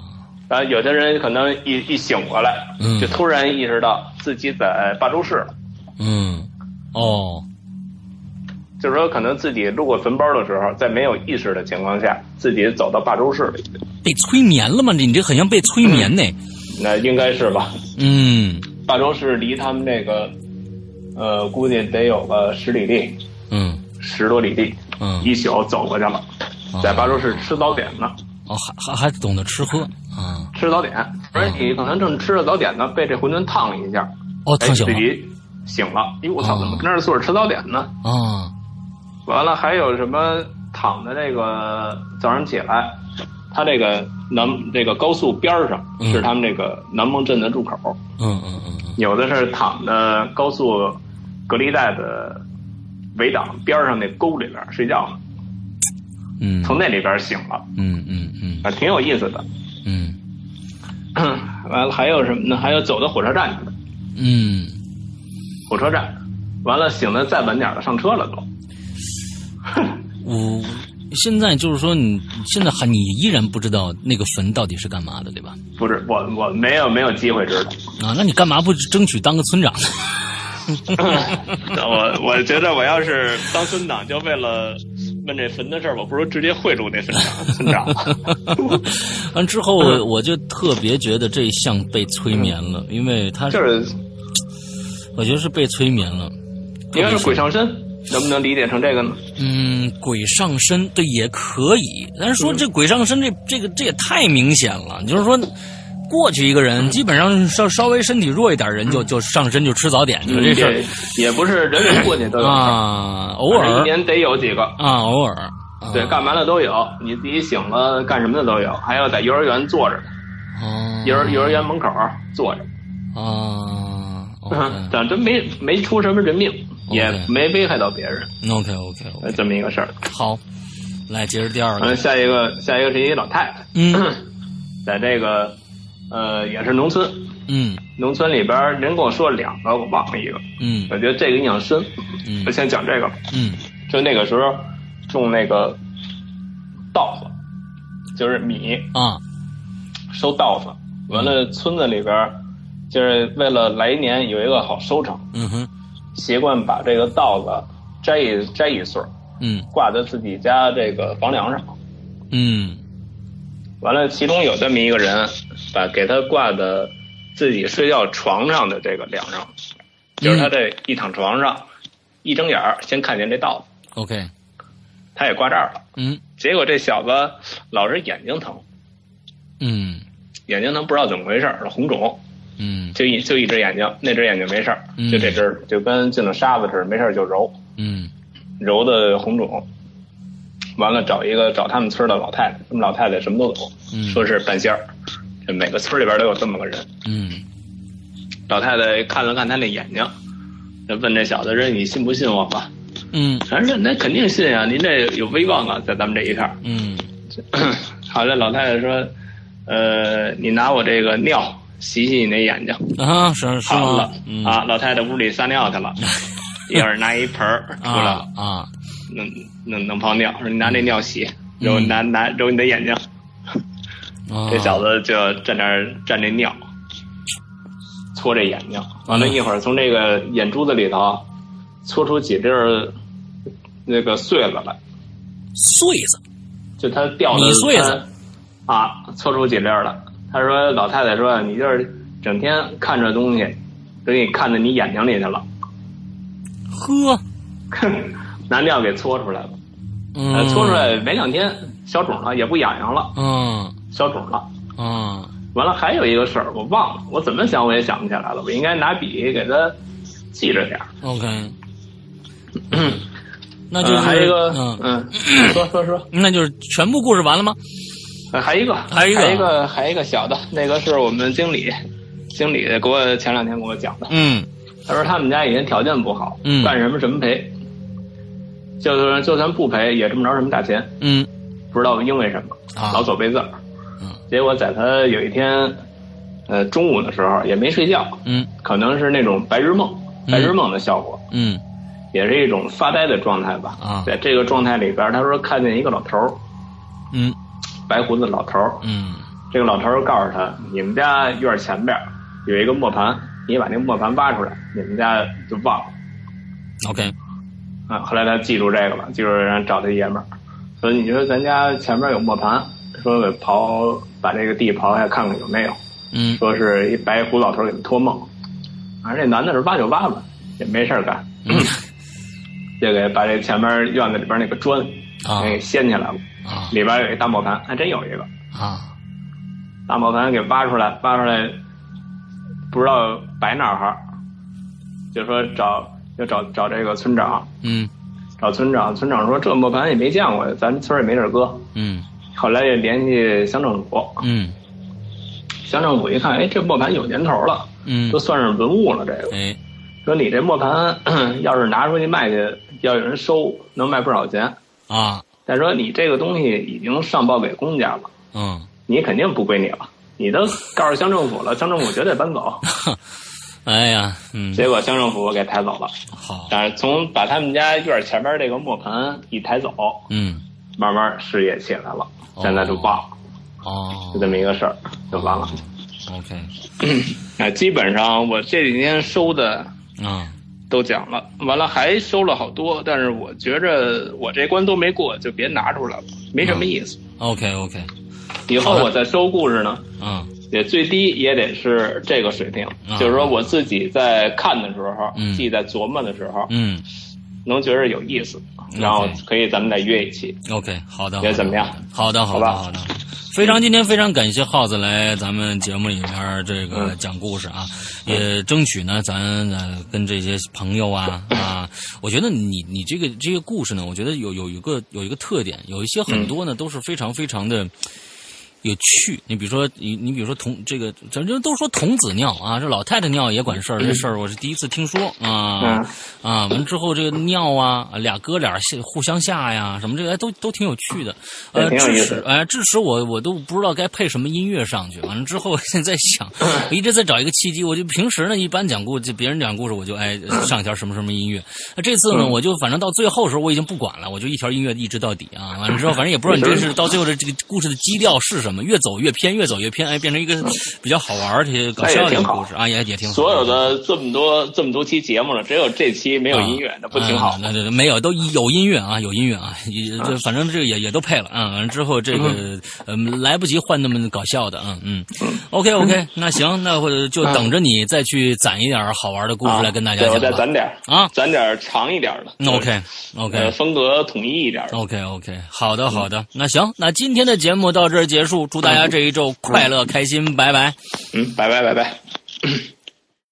B: 然后有的人可能一一醒过来
A: 嗯，
B: 就突然意识到自己在霸州市了，
A: 嗯，哦，
B: 就是说可能自己路过坟包的时候，在没有意识的情况下，自己走到霸州市里，
A: 被催眠了吗？你这很像被催眠呢。
B: 那应该是吧？
A: 嗯
B: 霸州市离他们这个，呃，估计得有个十里地，
A: 嗯
B: 十多里地，
A: 嗯，
B: 一宿走过去了，在霸州市吃早点呢，
A: 哦，还还还懂得吃喝啊？
B: 吃早点，而你可能正吃着早点呢，被这馄饨烫了一下，
A: 哦，
B: 哎，
A: 烫小
B: 自
A: 了
B: 己醒了，哎呦我操，
A: 哦
B: 怎么跟那儿坐着吃早点呢？
A: 啊
B: 完了还有什么躺在这个早上起来，他这个南这个高速边儿上
A: 嗯
B: 是他们这个南蒙镇的入口，
A: 嗯嗯嗯嗯
B: 有的是躺在高速隔离带的围挡边儿上那沟里边儿睡觉呢，
A: 嗯
B: 从那里边儿醒了，
A: 嗯嗯
B: 啊，挺有意思的。
A: 嗯
B: 完了还有什么呢？还有走到火车站去了，
A: 嗯嗯，
B: 火车站，完了醒的再晚点儿了，上车了都。
A: 嗯我现在就是说你现在还你依然不知道那个坟到底是干嘛的，对吧？
B: 不是我，我没有没有机会知 道。
A: 啊，那你干嘛不争取当个村长呢？
B: 我我觉得我要是当村长，就为了问这坟的事儿，我不如直接贿赂那村长。村长
A: 完之后，
B: 嗯
A: 我就特别觉得这像被催眠了，因为他
B: 就是
A: 我觉得是被催眠了。
B: 应该是鬼上身，能不能理解成这个呢？
A: 嗯，鬼上身对也可以，但是说这鬼上身这这个这也太明显了，就是说。过去一个人，基本上稍稍微身体弱一点人就就上身就吃早点去了，这事
B: 也也不是人人过去都
A: 儿
B: 有，
A: 啊，偶
B: 反正一
A: 尔
B: 年得有几个。
A: 啊，偶尔啊
B: 对，干嘛的都有，你自己醒了干什么的都有，还有在幼儿园坐着，
A: 啊
B: 幼儿幼儿园门口坐着，
A: 啊
B: 嗯，但真没没出什么人命，也
A: OK
B: 没危害到别人，
A: ，OK OK OK，
B: 呃这么一个事儿。
A: 好，来接着第二
B: 完了，
A: 个，
B: 下一个下一个是一老太太，
A: 嗯
B: 在这个呃也是农村，
A: 嗯
B: 农村里边儿人跟我说两个，我忘了一个，
A: 嗯
B: 我觉得这个印象深。
A: 嗯
B: 我先讲这个，
A: 嗯
B: 就那个时候种那个稻子，就是米
A: 啊
B: 收稻子，完了村子里边儿就是为了来年有一个好收成，
A: 嗯哼
B: 习惯把这个稻子摘一摘一穗儿，
A: 嗯
B: 挂在自己家这个房梁上。
A: 嗯
B: 完了，其中有这么一个人，把给他挂的自己睡觉床上的这个梁上，就是他这一躺床上，一睁眼儿先看见这道子，
A: ，OK，
B: 他也挂这儿了。
A: 嗯
B: 结果这小子老是眼睛疼，
A: 嗯
B: 眼睛疼不知道怎么回事儿，红肿，
A: 嗯
B: 就一就一只眼睛，那只眼睛没事儿
A: 嗯，
B: 就这只儿就跟进了沙子似的，没事儿就揉
A: 嗯
B: 揉的红肿。完了，找一个找他们村儿的老太太，他们老太太什么都懂，
A: 嗯
B: 说是半仙儿，这每个村儿里边儿都有这么个人。
A: 嗯
B: 老太太看了看他那眼睛，就问这小子说：“你信不信我吧
A: 嗯？”
B: 反正那肯定信啊，您这有威望啊，在咱们这一片儿。
A: 嗯
B: 好嘞，老太太说：“呃，你拿我这个尿洗洗你那眼睛。
A: 啊，是”是
B: 好
A: 吗
B: 了？，
A: 嗯
B: 啊，老太太屋里撒尿去 了，一会儿拿一盆儿出来
A: 啊
B: 了，
A: 啊，
B: 弄弄弄泡尿，说：“你拿那尿洗，
A: 嗯
B: 揉拿拿揉你的眼睛。”这小
A: 子
B: 子就站那儿站这尿，搓这眼睛，完
A: 啊
B: 了一会儿从这个眼珠子里头搓出几粒儿那个穗子来，
A: 穗子，
B: 就他掉的
A: 米穗子
B: 他啊，搓出几粒儿来。他说：“老太太说你就是整天看这东西，都给你看到你眼睛里去了，
A: 呵，
B: 拿尿给搓出来了。呃
A: 嗯，
B: 搓出，来没两天，消肿了，也不痒痒了，
A: 嗯
B: 消肿了。”
A: 嗯
B: 完了还有一个事儿，我忘了，我怎么想我也想不起来了，我应该拿笔给它记着点儿。
A: ，OK，那嗯就是
B: 呃还有一个，
A: 嗯，
B: 嗯，说说说，
A: 那就是全部故事完了吗？
B: 呃还有一个，
A: 还
B: 还
A: 有一个
B: 有一个，还有一个小的，那个是我们经理，经理给我前两天给我讲的，
A: 嗯
B: 他说他们家以前条件不好，
A: 嗯
B: 干什么什么赔，就是就算不赔也挣不着什么大钱，
A: 嗯
B: 不知道因为什么，
A: 啊
B: 老走背字儿
A: 嗯。
B: 结果在他有一天，呃，中午的时候也没睡觉，
A: 嗯
B: 可能是那种白日梦，
A: 嗯
B: 白日梦的效果。
A: 嗯
B: 也是一种发呆的状态吧。
A: 啊
B: 在这个状态里边儿，他说看见一个老头儿，
A: 嗯
B: 白胡子老头儿。
A: 嗯
B: 这个老头儿告诉他，你们家院儿前边儿有一个磨盘，你把那个磨盘挖出来，你们家就忘了。
A: ，OK，
B: 啊，后来他记住这个了，记住然后找他爷们儿，说你说咱家前面有磨盘，说给刨把这个地刨下看看有没有，
A: 嗯
B: 说是一白胡老头儿给他托梦，反正这男的是挖就挖吧，也没事儿干，
A: 嗯
B: 就给把这前面院子里边儿那个砖
A: 啊
B: 给掀起来了。
A: 啊
B: 里边有一大磨盘，还真有一个
A: 啊，
B: 大磨盘给挖出来，挖出来不知道摆哪儿哈，就说找就找找这个村长，
A: 嗯
B: 找村长，村长说这磨盘也没见过，咱们村儿也没地儿搁。
A: 嗯
B: 后来也联系乡政府，
A: 嗯
B: 乡政府一看，哎，这磨盘有年头了，
A: 嗯
B: 都，算是文物了。这个
A: 哎，
B: 说你这磨盘要是拿出去卖去，要有人收，能卖不少钱。
A: 啊，
B: 再说你这个东西已经上报给公家了，
A: 嗯，
B: 你肯定不归你了，你都告诉乡政府了，乡政府绝对搬走。
A: 哎呀，嗯，
B: 结果乡政府给抬走了，
A: 好，
B: 但是从把他们家院儿前边这个磨盘一抬走，
A: 嗯，
B: 慢慢事业起来了，现在就爆了，
A: 哦
B: 就这么一个事儿就完了。
A: ，OK，
B: 啊，基本上我这几天收的
A: 啊，
B: 都讲了，完了还收了好多，但是我觉着我这关都没过，就别拿出来了，没什么意思。
A: ，OK OK，
B: 以后我再收故事呢，
A: 嗯
B: 也最低也得是这个水平，
A: 嗯
B: 就是说我自己在看的时候，
A: 嗯
B: 自己在琢磨的时候，
A: 嗯
B: 能觉着有意思，然后可以咱们再约一期。
A: ，OK，好的，
B: 觉得怎么样？
A: 好的，好的，
B: 吧
A: 好的。非常，今天非常感谢耗子来咱们节目里面这个
B: 嗯
A: 讲故事啊，也争取呢，咱呃跟这些朋友啊啊，我觉得你你这个这个故事呢，我觉得有有一个有一个特点，有一些很多
B: 嗯
A: 呢都是非常非常的。有趣，你比如说，你你比如说童这个，咱这都说童子尿啊，这老太太尿也管事儿，
B: 嗯
A: 这事儿我是第一次听说啊、啊。完之后这个尿啊，俩哥俩下互相下呀，什么这个哎都都挺有趣的。呃，
B: 对挺
A: 致
B: 有意
A: 使
B: 思
A: 哎，致使我我都不知道该配什么音乐上去。完了之后，现在 想，我一直在找一个契机。我就平时呢，一般讲故事，别人讲故事，我就哎上一条什么什么音乐。那这次呢，
B: 嗯
A: 我就反正到最后的时候，我已经不管了，我就一条音乐一直到底啊。完了之后，反正也不知道你这是到最后的这个故事的基调是什么，越走越偏，越走越偏，哎，变成一个比较好玩儿且
B: 哎
A: 搞笑的一个故事啊，也也挺好。
B: 所有的这么多这么多期节目了，只有这期没有音乐，那不挺好
A: 啊
B: 吗？
A: 那这没有，都有音乐啊，有音乐啊，也这反正这个也也都配了啊。完了之后这个嗯来不及换那么搞笑的啊，嗯，OK OK，那行，那或者就等着你再去攒一点好玩的故事
B: 啊
A: 来跟大家
B: 对，我再
A: 讲吧。
B: 攒点儿
A: 啊
B: 攒点儿长一点儿的。
A: 嗯哦 OK
B: 呃，嗯
A: OK
B: 风格统一一点儿的。
A: OK OK，好的好的，那行，那今天的节
B: 嗯
A: 目到这儿结束，祝大家这一周快乐开心，拜拜。
B: 嗯，拜拜拜拜。